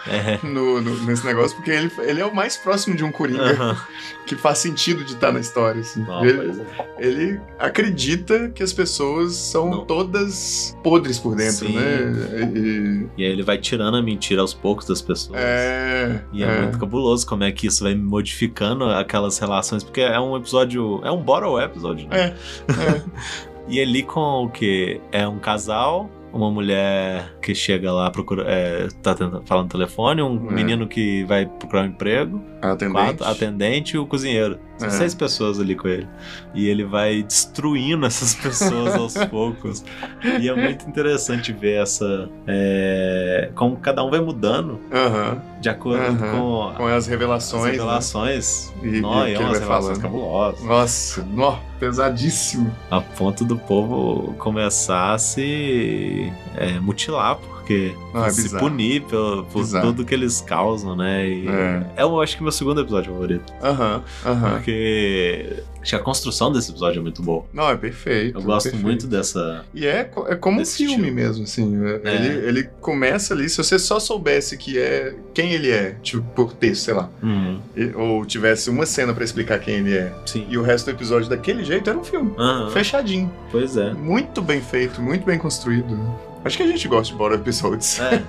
[SPEAKER 1] é.
[SPEAKER 2] no- no- nesse negócio, porque ele, ele é o mais próximo de
[SPEAKER 1] [laughs]
[SPEAKER 2] um Coringa
[SPEAKER 1] Aham.
[SPEAKER 2] que faz sentido de estar na história, assim.
[SPEAKER 1] Não,
[SPEAKER 2] ele,
[SPEAKER 1] pois é.
[SPEAKER 2] ele acredita que as pessoas são
[SPEAKER 1] Não.
[SPEAKER 2] todas podres por dentro,
[SPEAKER 1] Sim.
[SPEAKER 2] né? E-
[SPEAKER 1] E aí ele vai tirando a mentira aos poucos das pessoas.
[SPEAKER 2] é,
[SPEAKER 1] E é,
[SPEAKER 2] é.
[SPEAKER 1] muito cabuloso como é que isso vai modificando aquelas relações, porque é um episódio. É um bottle episódio, né?
[SPEAKER 2] É,
[SPEAKER 1] [laughs] E é ali com o que? É um casal, uma mulher que chega lá procura, é, tá tenta- falando no telefone, um
[SPEAKER 2] É.
[SPEAKER 1] menino que vai procurar um emprego,
[SPEAKER 2] Atendente.
[SPEAKER 1] quatro, atendente e o cozinheiro. São
[SPEAKER 2] É.
[SPEAKER 1] seis pessoas ali com ele. E ele vai destruindo essas pessoas aos
[SPEAKER 2] [laughs]
[SPEAKER 1] poucos. E é muito interessante ver essa. é, como cada um vai mudando
[SPEAKER 2] Aham.
[SPEAKER 1] de acordo
[SPEAKER 2] Aham.
[SPEAKER 1] com
[SPEAKER 2] Com as
[SPEAKER 1] as
[SPEAKER 2] revelações. né?
[SPEAKER 1] revelações.
[SPEAKER 2] E- e
[SPEAKER 1] Nó,
[SPEAKER 2] o que
[SPEAKER 1] e é
[SPEAKER 2] ele
[SPEAKER 1] umas
[SPEAKER 2] vai
[SPEAKER 1] revelações
[SPEAKER 2] falando.
[SPEAKER 1] cabulosas.
[SPEAKER 2] Nossa, nó, pesadíssimo.
[SPEAKER 1] A ponto do povo começar a se é, mutilar, porque
[SPEAKER 2] Não, é
[SPEAKER 1] se
[SPEAKER 2] bizarro.
[SPEAKER 1] punir pelo, por
[SPEAKER 2] Bizarro.
[SPEAKER 1] tudo que eles causam, né? E
[SPEAKER 2] É.
[SPEAKER 1] é, eu acho que meu segundo episódio favorito.
[SPEAKER 2] Aham, aham.
[SPEAKER 1] Porque acho que a construção desse episódio é muito boa.
[SPEAKER 2] Não, é perfeito.
[SPEAKER 1] Eu gosto
[SPEAKER 2] perfeito.
[SPEAKER 1] muito dessa.
[SPEAKER 2] E é, co- é como um
[SPEAKER 1] Desse
[SPEAKER 2] filme
[SPEAKER 1] estilo.
[SPEAKER 2] mesmo, assim. é-
[SPEAKER 1] É.
[SPEAKER 2] Ele, ele começa ali, se você só soubesse que é quem ele é, tipo, por texto, sei lá.
[SPEAKER 1] Uhum,
[SPEAKER 2] e- ou tivesse uma cena pra explicar quem ele é,
[SPEAKER 1] sim.
[SPEAKER 2] e o resto do episódio daquele jeito, era um filme.
[SPEAKER 1] Aham,
[SPEAKER 2] Fechadinho.
[SPEAKER 1] Pois é.
[SPEAKER 2] Muito bem feito, muito bem construído. Acho que a gente gosta de Bora Episodes.
[SPEAKER 1] É,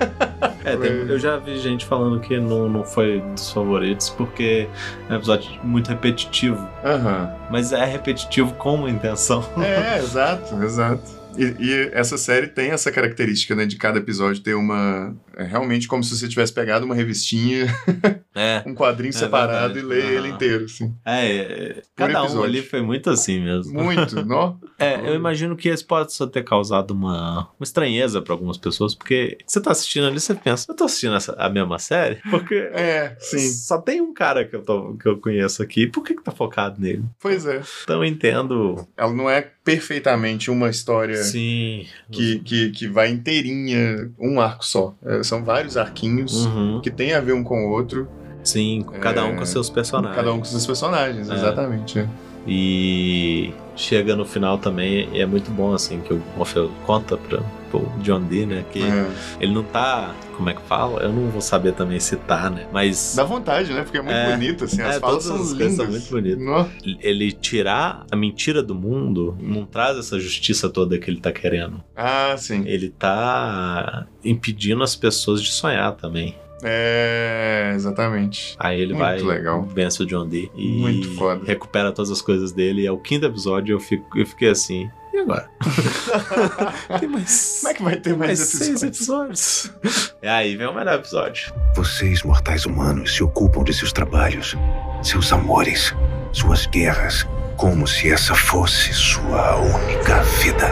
[SPEAKER 2] [laughs]
[SPEAKER 1] É, tem- eu já vi gente falando que não, não foi dos favoritos porque é um episódio muito repetitivo.
[SPEAKER 2] Aham.
[SPEAKER 1] Mas é repetitivo com uma intenção.
[SPEAKER 2] [laughs] É, exato, exato. E, e essa série tem essa característica, né? De cada episódio ter uma. É realmente como se você tivesse pegado uma revistinha, [laughs]
[SPEAKER 1] É,
[SPEAKER 2] um quadrinho
[SPEAKER 1] É
[SPEAKER 2] separado
[SPEAKER 1] verdade.
[SPEAKER 2] e ler ele
[SPEAKER 1] Aham.
[SPEAKER 2] inteiro, assim.
[SPEAKER 1] é. é, Cada um
[SPEAKER 2] episódio.
[SPEAKER 1] ali foi muito assim mesmo. [laughs]
[SPEAKER 2] Muito, não?
[SPEAKER 1] É, eu imagino que isso pode só ter causado uma, uma estranheza pra algumas pessoas, porque você tá assistindo ali, você pensa, eu tô assistindo essa- a mesma série? Porque
[SPEAKER 2] [laughs] É, sim.
[SPEAKER 1] só tem um cara que eu, tô- que eu conheço aqui, por que, que tá focado nele?
[SPEAKER 2] Pois é.
[SPEAKER 1] Então eu entendo.
[SPEAKER 2] Ela não é perfeitamente uma história
[SPEAKER 1] Sim.
[SPEAKER 2] É. que, que, que vai inteirinha, um arco só. É, são vários arquinhos
[SPEAKER 1] Uhum.
[SPEAKER 2] que tem a ver um com o outro,
[SPEAKER 1] Sim, cada um com seus personagens.
[SPEAKER 2] cada um com seus personagens,
[SPEAKER 1] É.
[SPEAKER 2] exatamente. é.
[SPEAKER 1] E chega no final também, e é muito bom assim que o Morfeu conta pra, pro John Dee, né? Que
[SPEAKER 2] É.
[SPEAKER 1] ele não tá. Como é que fala? Eu não vou saber também citar, né? Mas
[SPEAKER 2] Dá vontade, né? Porque é muito
[SPEAKER 1] É.
[SPEAKER 2] bonito, assim, as
[SPEAKER 1] É, todas
[SPEAKER 2] falas são
[SPEAKER 1] as
[SPEAKER 2] lindas.
[SPEAKER 1] coisas são muito bonitas.
[SPEAKER 2] Nó.
[SPEAKER 1] ele tirar a mentira do mundo não traz essa justiça toda que ele tá querendo.
[SPEAKER 2] Ah, sim.
[SPEAKER 1] Ele tá impedindo as pessoas de sonhar também.
[SPEAKER 2] É, exatamente.
[SPEAKER 1] Aí ele
[SPEAKER 2] Muito
[SPEAKER 1] vai.
[SPEAKER 2] legal.
[SPEAKER 1] Vence o John Dee e
[SPEAKER 2] Muito foda.
[SPEAKER 1] recupera todas as coisas dele. É o quinto episódio eu, fico, eu fiquei assim. E
[SPEAKER 2] [laughs]
[SPEAKER 1] agora? Tem mais.
[SPEAKER 2] Como é que vai ter mais,
[SPEAKER 1] seis
[SPEAKER 2] episódios?
[SPEAKER 1] episódios. E aí vem o melhor episódio.
[SPEAKER 3] Vocês, mortais humanos, se ocupam de seus trabalhos, seus amores, suas guerras, como se essa fosse sua única vida.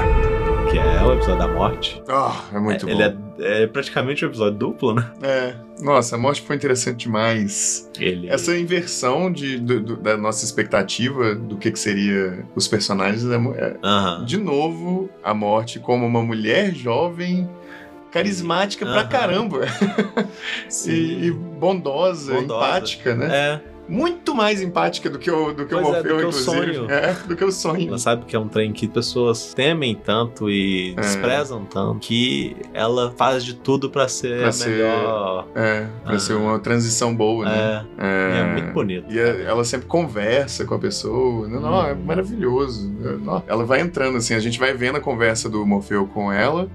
[SPEAKER 1] Que é o episódio da morte.
[SPEAKER 2] Ah, é
[SPEAKER 1] É,
[SPEAKER 2] muito bom.
[SPEAKER 1] Ele é, é praticamente um episódio duplo, né?
[SPEAKER 2] É. Nossa, a morte foi interessante demais.
[SPEAKER 1] Ele.
[SPEAKER 2] Essa inversão de, do- do- da nossa expectativa do que, que seria os personagens é, mu- é,
[SPEAKER 1] Aham.
[SPEAKER 2] de novo a morte como uma mulher jovem carismática pra
[SPEAKER 1] Aham.
[SPEAKER 2] caramba
[SPEAKER 1] [laughs] Sim.
[SPEAKER 2] e, e bondosa,
[SPEAKER 1] Bondosa.
[SPEAKER 2] empática, né?
[SPEAKER 1] É,
[SPEAKER 2] Muito mais empática do que o do que
[SPEAKER 1] Pois é,
[SPEAKER 2] o
[SPEAKER 1] do
[SPEAKER 2] Morfeu,
[SPEAKER 1] que o
[SPEAKER 2] inclusive,
[SPEAKER 1] sonho.
[SPEAKER 2] É, do que o sonho.
[SPEAKER 1] ela sabe que é um trem que pessoas temem tanto e
[SPEAKER 2] É.
[SPEAKER 1] desprezam tanto que ela faz de tudo pra ser
[SPEAKER 2] Pra
[SPEAKER 1] a
[SPEAKER 2] ser-
[SPEAKER 1] melhor.
[SPEAKER 2] É, pra
[SPEAKER 1] Ah.
[SPEAKER 2] ser uma transição boa, né?
[SPEAKER 1] É,
[SPEAKER 2] É.
[SPEAKER 1] e é muito bonito.
[SPEAKER 2] E a- ela sempre conversa com a pessoa. Não, não, é
[SPEAKER 1] Hum.
[SPEAKER 2] maravilhoso. É, não. Ela vai entrando assim, a gente vai vendo a conversa do Morfeu com ela,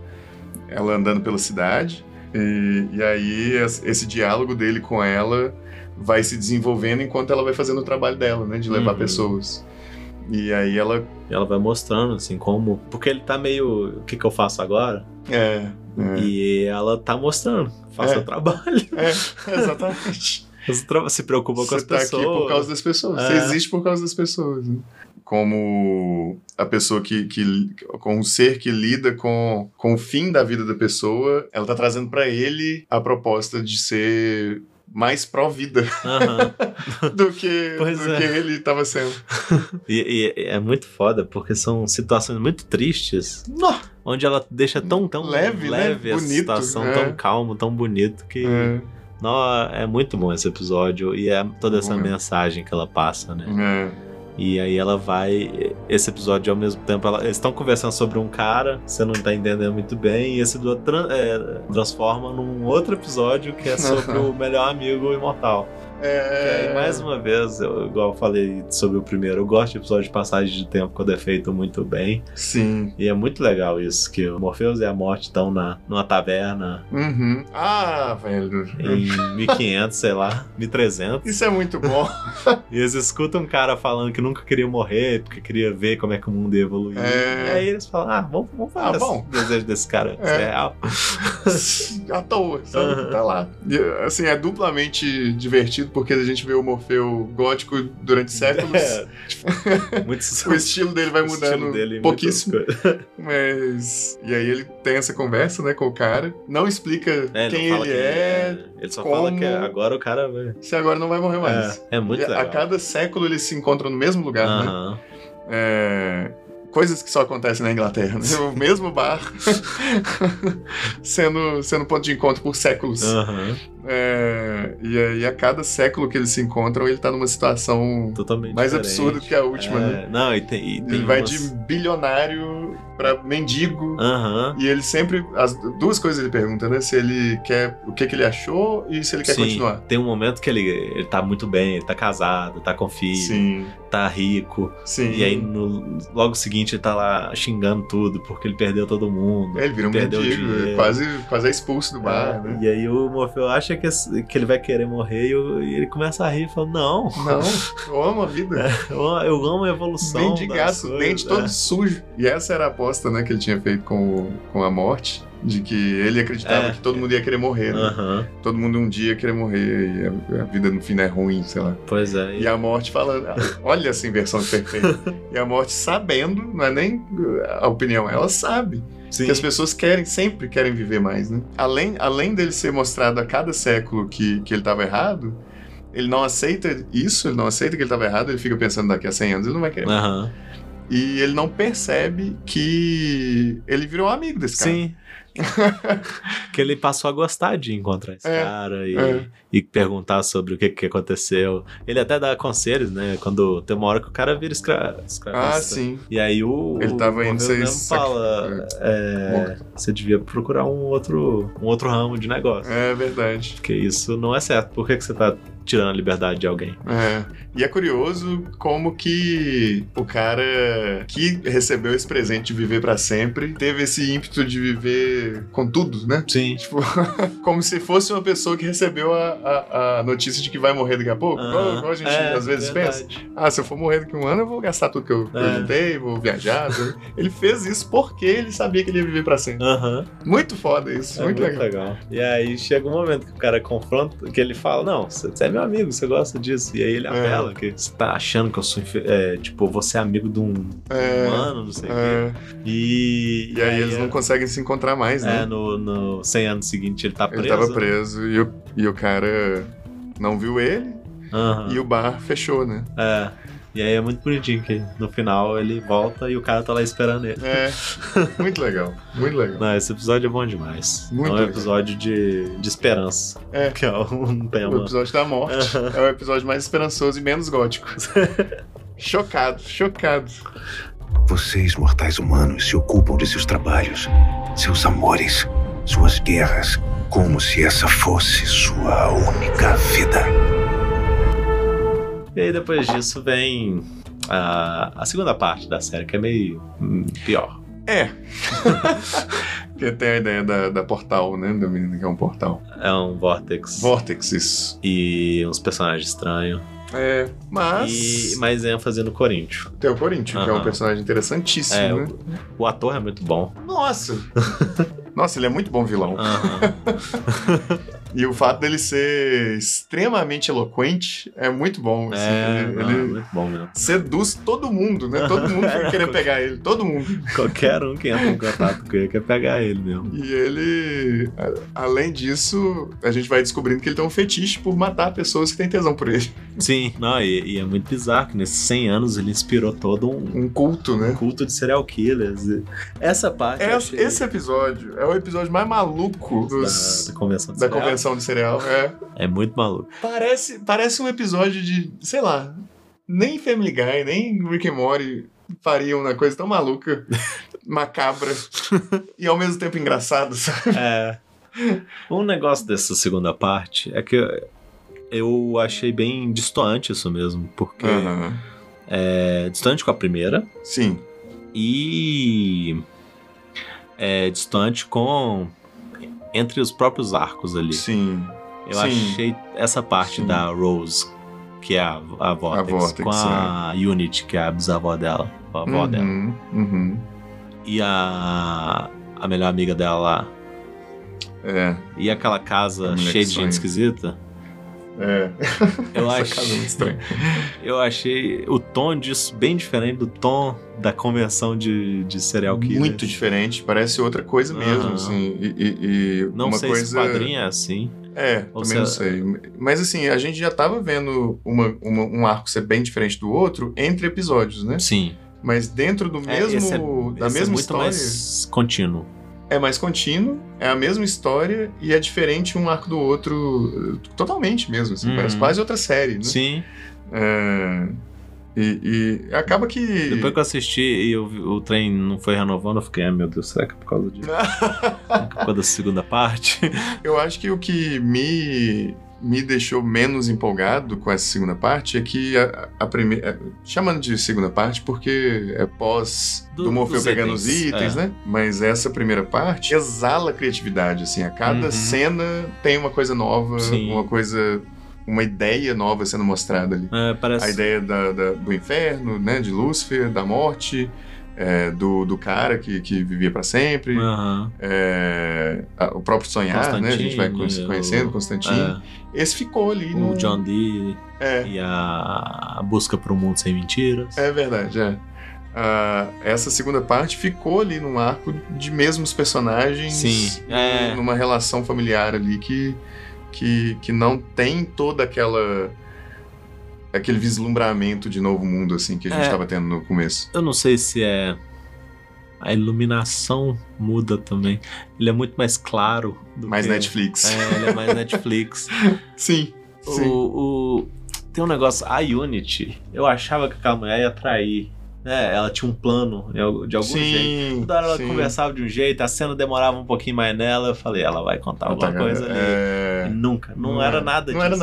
[SPEAKER 2] ela andando pela cidade. E, e aí es- esse diálogo dele com ela vai se desenvolvendo enquanto ela vai fazendo o trabalho dela, né? De levar
[SPEAKER 1] Uhum.
[SPEAKER 2] pessoas. E aí ela.
[SPEAKER 1] E ela vai mostrando, assim, como. Porque ele tá meio. O que, que eu faço agora?
[SPEAKER 2] É.
[SPEAKER 1] E ela tá mostrando.
[SPEAKER 2] É.
[SPEAKER 1] Faça o trabalho. [laughs]
[SPEAKER 2] É, é exatamente.
[SPEAKER 1] Você tra- se preocupa com as
[SPEAKER 2] Você tá
[SPEAKER 1] pessoas.
[SPEAKER 2] aqui por causa das pessoas. Você
[SPEAKER 1] É.
[SPEAKER 2] existe por causa das pessoas. né? Como a pessoa que, que. com o ser que lida com, com o fim da vida da pessoa, ela tá trazendo pra ele a proposta de ser mais pró-vida
[SPEAKER 1] [laughs]
[SPEAKER 2] [laughs]
[SPEAKER 1] Aham.
[SPEAKER 2] do que,
[SPEAKER 1] Pois
[SPEAKER 2] do
[SPEAKER 1] é.
[SPEAKER 2] que ele tava sendo.
[SPEAKER 1] E, e- e é muito foda, porque são situações muito tristes. Onde ela deixa tão, tão
[SPEAKER 2] Leve, né?
[SPEAKER 1] leve a
[SPEAKER 2] Bonito,
[SPEAKER 1] situação,
[SPEAKER 2] é.
[SPEAKER 1] tão calmo, tão bonito, que.
[SPEAKER 2] É,
[SPEAKER 1] Nó, é muito bom esse episódio. E é toda essa
[SPEAKER 2] Bom mesmo.
[SPEAKER 1] mensagem que ela passa, né?
[SPEAKER 2] é.
[SPEAKER 1] E aí ela vai. Esse episódio ao mesmo tempo. ela- eles estão conversando sobre um cara, você não tá entendendo muito bem, e esse do- tran- é, transforma num outro episódio que é sobre o melhor amigo imortal.
[SPEAKER 2] é.
[SPEAKER 1] E aí, mais uma vez, eu, igual eu falei sobre o primeiro, eu gosto de episódio de passagem de tempo quando é feito muito bem.
[SPEAKER 2] Sim.
[SPEAKER 1] E é muito legal isso, que o Morpheus e a Morte estão na, numa taverna
[SPEAKER 2] Uhum. Ah, velho.
[SPEAKER 1] em 1500, sei lá, 1300.
[SPEAKER 2] Isso é muito bom.
[SPEAKER 1] E eles escutam um cara falando que nunca queria morrer, porque queria ver como é que o mundo ia evoluir.
[SPEAKER 2] É.
[SPEAKER 1] E aí eles falam, ah, vamos, vamos
[SPEAKER 2] Ah,
[SPEAKER 1] fazer
[SPEAKER 2] bom.
[SPEAKER 1] esse desejo desse cara
[SPEAKER 2] É.
[SPEAKER 1] é. real.
[SPEAKER 2] [laughs] à toa, sabe?
[SPEAKER 1] Aham.
[SPEAKER 2] Tá lá. E, assim, é duplamente divertido porque a gente vê o Morfeu gótico
[SPEAKER 1] [laughs]
[SPEAKER 2] durante séculos.
[SPEAKER 1] É. Muito
[SPEAKER 2] [laughs] O
[SPEAKER 1] sucesso.
[SPEAKER 2] estilo dele vai mudando pouquíssimo, mas... E aí ele tem essa conversa, né, com o cara. Não explica
[SPEAKER 1] É, ele
[SPEAKER 2] quem
[SPEAKER 1] não fala
[SPEAKER 2] ele é,
[SPEAKER 1] Ele só
[SPEAKER 2] como-
[SPEAKER 1] fala que agora o cara vai.
[SPEAKER 2] se agora não vai morrer mais.
[SPEAKER 1] É, é muito
[SPEAKER 2] E
[SPEAKER 1] legal.
[SPEAKER 2] a cada século eles se encontram no mesmo lugar, né?
[SPEAKER 1] Aham.
[SPEAKER 2] É, Coisas que só acontecem na
[SPEAKER 1] [laughs]
[SPEAKER 2] Inglaterra, né? O mesmo bar [laughs] sendo, sendo ponto de encontro por séculos.
[SPEAKER 1] Aham.
[SPEAKER 2] É, e aí, a cada século que eles se encontram, ele tá numa situação
[SPEAKER 1] Totalmente.
[SPEAKER 2] mais
[SPEAKER 1] diferente.
[SPEAKER 2] absurda do que a última,
[SPEAKER 1] É,
[SPEAKER 2] né?
[SPEAKER 1] Não, e tem. E tem
[SPEAKER 2] Ele vai
[SPEAKER 1] umas-
[SPEAKER 2] de bilionário pra mendigo.
[SPEAKER 1] Aham.
[SPEAKER 2] E ele sempre. As duas coisas ele pergunta, né? Se ele quer. O que, que ele achou e se ele quer
[SPEAKER 1] Sim,
[SPEAKER 2] continuar.
[SPEAKER 1] Tem um momento que ele, ele tá muito bem, ele tá casado, tá com filho,
[SPEAKER 2] Sim,
[SPEAKER 1] tá rico.
[SPEAKER 2] sim.
[SPEAKER 1] E aí, no, logo seguinte, ele tá lá xingando tudo, porque ele perdeu todo mundo.
[SPEAKER 2] ele vira um
[SPEAKER 1] perdeu
[SPEAKER 2] mendigo,
[SPEAKER 1] dinheiro.
[SPEAKER 2] quase, quase é expulso do bar, né?
[SPEAKER 1] E aí o Morfeu acha que, esse- que ele vai querer morrer e, o- e ele começa a rir, falando, não,
[SPEAKER 2] Não, eu amo a
[SPEAKER 1] É.
[SPEAKER 2] vida.
[SPEAKER 1] [laughs] eu, eu amo a evolução das
[SPEAKER 2] Mendigaço,
[SPEAKER 1] coisas, é.
[SPEAKER 2] dente todo sujo. E essa era a aposta, né, que ele tinha feito com, o- com a morte. De que ele acreditava
[SPEAKER 1] É.
[SPEAKER 2] que todo mundo ia querer
[SPEAKER 1] é.
[SPEAKER 2] morrer, né?
[SPEAKER 1] Aham,
[SPEAKER 2] todo mundo um dia querer morrer e a, a vida no fim é ruim, sei lá.
[SPEAKER 1] pois é.
[SPEAKER 2] E a morte falando, "Ah, olha essa inversão de
[SPEAKER 1] [laughs]
[SPEAKER 2] perfeito. E a morte sabendo, não é nem a opinião, ela sabe
[SPEAKER 1] Sim,
[SPEAKER 2] que as pessoas querem, sempre querem viver mais, né? Além, além dele ser mostrado a cada século que, que ele estava errado, ele não aceita isso, ele não aceita que ele estava errado, ele fica pensando daqui a 100 anos ele não vai querer.
[SPEAKER 1] Aham.
[SPEAKER 2] E ele não percebe que ele virou amigo desse cara. [laughs]
[SPEAKER 1] Sim. que ele passou a gostar de encontrar esse
[SPEAKER 2] É,
[SPEAKER 1] cara e,
[SPEAKER 2] é.
[SPEAKER 1] e perguntar sobre o que, que aconteceu. Ele até dá conselhos, né? Quando tem uma hora que o cara vira escra escravista. né?
[SPEAKER 2] Ah, sim.
[SPEAKER 1] E aí o.
[SPEAKER 2] Ele tava
[SPEAKER 1] o governo
[SPEAKER 2] indo ser
[SPEAKER 1] mesmo
[SPEAKER 2] sac-
[SPEAKER 1] fala. é, você devia procurar um outro, um outro ramo de negócio.
[SPEAKER 2] É verdade.
[SPEAKER 1] Porque isso não é certo. Por que, que você tá tirando a liberdade de alguém?
[SPEAKER 2] É. E é curioso como que o cara que recebeu esse presente de viver pra sempre teve esse ímpeto de viver com tudo, né?
[SPEAKER 1] Sim.
[SPEAKER 2] Tipo, [laughs] como se fosse uma pessoa que recebeu a, a- a notícia de que vai morrer daqui a pouco.
[SPEAKER 1] Ah,
[SPEAKER 2] igual, igual a gente
[SPEAKER 1] É,
[SPEAKER 2] às vezes pensa. Ah, se eu for morrer daqui a um ano, eu vou gastar tudo que eu, que eu
[SPEAKER 1] É.
[SPEAKER 2] juntei, vou viajar. tudo. ele fez isso porque ele sabia que ele ia viver pra sempre.
[SPEAKER 1] Aham.
[SPEAKER 2] Muito foda isso,
[SPEAKER 1] É
[SPEAKER 2] muito, legal.
[SPEAKER 1] E aí chega um momento que o cara confronta, que ele fala, não, você você é meu amigo, você gosta disso. E aí ele
[SPEAKER 2] É.
[SPEAKER 1] apela, que você tá achando que eu sou, infe- é, tipo, você é amigo de um
[SPEAKER 2] É,
[SPEAKER 1] humano, não sei o quê.
[SPEAKER 2] é.
[SPEAKER 1] E,
[SPEAKER 2] E aí eles
[SPEAKER 1] é-
[SPEAKER 2] não conseguem se encontrar mais, né?
[SPEAKER 1] é, no, no 100 anos seguinte ele tá preso.
[SPEAKER 2] Ele tava preso e o, e o cara não viu ele
[SPEAKER 1] Aham.
[SPEAKER 2] e o bar fechou, né?
[SPEAKER 1] É. E aí é muito bonitinho que no final ele volta e o cara tá lá esperando ele. [laughs]
[SPEAKER 2] É. muito legal, muito legal.
[SPEAKER 1] Não, esse episódio é bom demais.
[SPEAKER 2] Muito
[SPEAKER 1] é um
[SPEAKER 2] legal.
[SPEAKER 1] episódio de, de esperança.
[SPEAKER 2] É.
[SPEAKER 1] [laughs] Que é um
[SPEAKER 2] O
[SPEAKER 1] tema.
[SPEAKER 2] episódio da morte é o episódio mais esperançoso e
[SPEAKER 1] [laughs]
[SPEAKER 2] menos gótico. chocado, chocado.
[SPEAKER 3] Vocês, mortais humanos, se ocupam de seus trabalhos, seus amores, suas guerras, como se essa fosse sua única vida.
[SPEAKER 1] E aí depois disso vem a, a segunda parte da série, que é meio hum, pior.
[SPEAKER 2] É. Porque tem a ideia da, da portal, né? Da menina que é um portal.
[SPEAKER 1] É um Vortex.
[SPEAKER 2] Vortex, isso.
[SPEAKER 1] e uns personagens estranhos.
[SPEAKER 2] É, mas.
[SPEAKER 1] E mais ênfase no Corinthians.
[SPEAKER 2] Tem o Corinthians, que é um
[SPEAKER 1] Aham.
[SPEAKER 2] personagem interessantíssimo,
[SPEAKER 1] É,
[SPEAKER 2] né?
[SPEAKER 1] o, o ator é muito bom.
[SPEAKER 2] [laughs]
[SPEAKER 1] Ah.
[SPEAKER 2] Nossa! Nossa, ele é muito bom vilão.
[SPEAKER 1] Aham.
[SPEAKER 2] E o fato dele ser extremamente eloquente é muito bom. assim,
[SPEAKER 1] É,
[SPEAKER 2] ele,
[SPEAKER 1] não, é
[SPEAKER 2] ele
[SPEAKER 1] muito É, bom mesmo.
[SPEAKER 2] seduz todo mundo, né? Todo
[SPEAKER 1] [laughs]
[SPEAKER 2] mundo vai querer pegar ele, todo mundo.
[SPEAKER 1] Qualquer um que entra em contato com ele quer pegar ele mesmo.
[SPEAKER 2] E ele, a- além disso, a gente vai descobrindo que ele tem um fetiche por matar pessoas que têm tesão por ele. [laughs]
[SPEAKER 1] Sim, não, e, e é muito bizarro que nesses 100 anos ele inspirou todo um,
[SPEAKER 2] Um culto, né?
[SPEAKER 1] culto de serial killers. E Essa parte eu
[SPEAKER 2] Esse,
[SPEAKER 1] achei
[SPEAKER 2] esse episódio é o episódio mais maluco
[SPEAKER 1] da,
[SPEAKER 2] dos-
[SPEAKER 1] da convenção de
[SPEAKER 2] da
[SPEAKER 1] serial.
[SPEAKER 2] convenção de cereal. É.
[SPEAKER 1] É muito maluco.
[SPEAKER 2] Parece, parece um episódio de, sei lá, nem Family Guy, nem Rick and Morty fariam uma coisa
[SPEAKER 1] [laughs]
[SPEAKER 2] tão maluca, macabra e ao mesmo tempo engraçada, sabe?
[SPEAKER 1] É. Um negócio dessa segunda parte é que eu- eu achei bem distoante isso mesmo, porque é distante com a primeira
[SPEAKER 2] Sim.
[SPEAKER 1] e é distante com entre os próprios arcos ali.
[SPEAKER 2] Sim.
[SPEAKER 1] Eu
[SPEAKER 2] Sim.
[SPEAKER 1] achei essa parte
[SPEAKER 2] Sim.
[SPEAKER 1] da Rose, que é a, a Vortex,
[SPEAKER 2] Vortex,
[SPEAKER 1] com a Unity, que é a bisavó dela, a avó dela,
[SPEAKER 2] Uhum, uhum.
[SPEAKER 1] e a, a melhor amiga dela lá.
[SPEAKER 2] É,
[SPEAKER 1] E aquela
[SPEAKER 2] A
[SPEAKER 1] casa
[SPEAKER 2] mulher
[SPEAKER 1] cheia
[SPEAKER 2] que
[SPEAKER 1] de
[SPEAKER 2] sonha.
[SPEAKER 1] gente esquisita.
[SPEAKER 2] é.
[SPEAKER 1] Eu
[SPEAKER 2] Essa
[SPEAKER 1] acho-
[SPEAKER 2] casa é muito estranha.
[SPEAKER 1] [laughs] Eu achei o tom disso bem diferente do tom da convenção de, de serial É killer.
[SPEAKER 2] Muito diferente, parece outra coisa mesmo,
[SPEAKER 1] Aham.
[SPEAKER 2] assim. E, e- e
[SPEAKER 1] Não
[SPEAKER 2] uma
[SPEAKER 1] sei
[SPEAKER 2] coisa...
[SPEAKER 1] se o quadrinho é assim.
[SPEAKER 2] É,
[SPEAKER 1] Ou
[SPEAKER 2] também não sei. Mas assim, a gente já tava vendo uma- uma- um arco ser bem diferente do outro entre episódios, né?
[SPEAKER 1] Sim.
[SPEAKER 2] Mas dentro do
[SPEAKER 1] É,
[SPEAKER 2] mesmo.
[SPEAKER 1] esse
[SPEAKER 2] da
[SPEAKER 1] Esse é
[SPEAKER 2] mesma
[SPEAKER 1] muito
[SPEAKER 2] história.
[SPEAKER 1] mais contínuo.
[SPEAKER 2] É mais contínuo, é a mesma história e é diferente um arco do outro eh, totalmente mesmo. Assim,
[SPEAKER 1] Uhum.
[SPEAKER 2] Parece quase outra série, né?
[SPEAKER 1] Sim.
[SPEAKER 2] É, E, e acaba que.
[SPEAKER 1] Depois que eu assisti e eu vi- o trem não foi renovando, eu fiquei, ah, meu Deus, será que é por causa
[SPEAKER 2] [laughs]
[SPEAKER 1] disso? Será que é por causa da segunda parte? [laughs]
[SPEAKER 2] Eu acho que o que me, me deixou menos empolgado com essa segunda parte é que a, a primeira. Chamando de segunda parte porque é pós do,
[SPEAKER 1] Do-
[SPEAKER 2] Morfeu
[SPEAKER 1] dos
[SPEAKER 2] pegando os
[SPEAKER 1] itens,
[SPEAKER 2] itens,
[SPEAKER 1] é.
[SPEAKER 2] né? Mas essa primeira parte exala criatividade, assim. A cada
[SPEAKER 1] Uhum.
[SPEAKER 2] cena tem uma coisa nova,
[SPEAKER 1] Sim.
[SPEAKER 2] uma coisa. Uma ideia nova sendo mostrada ali.
[SPEAKER 1] É, parece.
[SPEAKER 2] A ideia da- da- do inferno, né? De Lúcifer, da morte, é, do, do cara que, que vivia para sempre.
[SPEAKER 1] Aham.
[SPEAKER 2] É, a- o próprio sonhar, né? A gente vai con- se
[SPEAKER 1] Constantine,
[SPEAKER 2] conhecendo,
[SPEAKER 1] o-
[SPEAKER 2] Constantino. Esse ficou
[SPEAKER 1] É,
[SPEAKER 2] ali. no...
[SPEAKER 1] o John Dee
[SPEAKER 2] É,
[SPEAKER 1] e a, a busca pro mundo sem mentiras.
[SPEAKER 2] é verdade, é. Ah, essa segunda parte ficou ali num arco de mesmos personagens.
[SPEAKER 1] Sim,
[SPEAKER 2] num-
[SPEAKER 1] é.
[SPEAKER 2] Numa relação familiar ali que, que, que não tem toda aquela. Aquele vislumbramento de novo mundo, assim, que a gente
[SPEAKER 1] É.
[SPEAKER 2] estava tendo no começo.
[SPEAKER 1] Eu não sei se é. A iluminação muda também. Ele é muito mais claro do
[SPEAKER 2] Mais
[SPEAKER 1] que...
[SPEAKER 2] Netflix.
[SPEAKER 1] É, ele é mais
[SPEAKER 2] [laughs]
[SPEAKER 1] Netflix.
[SPEAKER 2] Sim, sim.
[SPEAKER 1] O, o- Tem um negócio, a Unity, eu achava que aquela mulher ia trair. Né? Ela tinha um plano de al- de algum
[SPEAKER 2] sim,
[SPEAKER 1] jeito. Toda hora ela
[SPEAKER 2] sim.
[SPEAKER 1] conversava de um jeito, a cena demorava um pouquinho mais nela. Eu falei, ela vai contar alguma
[SPEAKER 2] Tá,
[SPEAKER 1] coisa ali.
[SPEAKER 2] é,
[SPEAKER 1] E Nunca, não, era nada
[SPEAKER 2] Não
[SPEAKER 1] disso.
[SPEAKER 2] era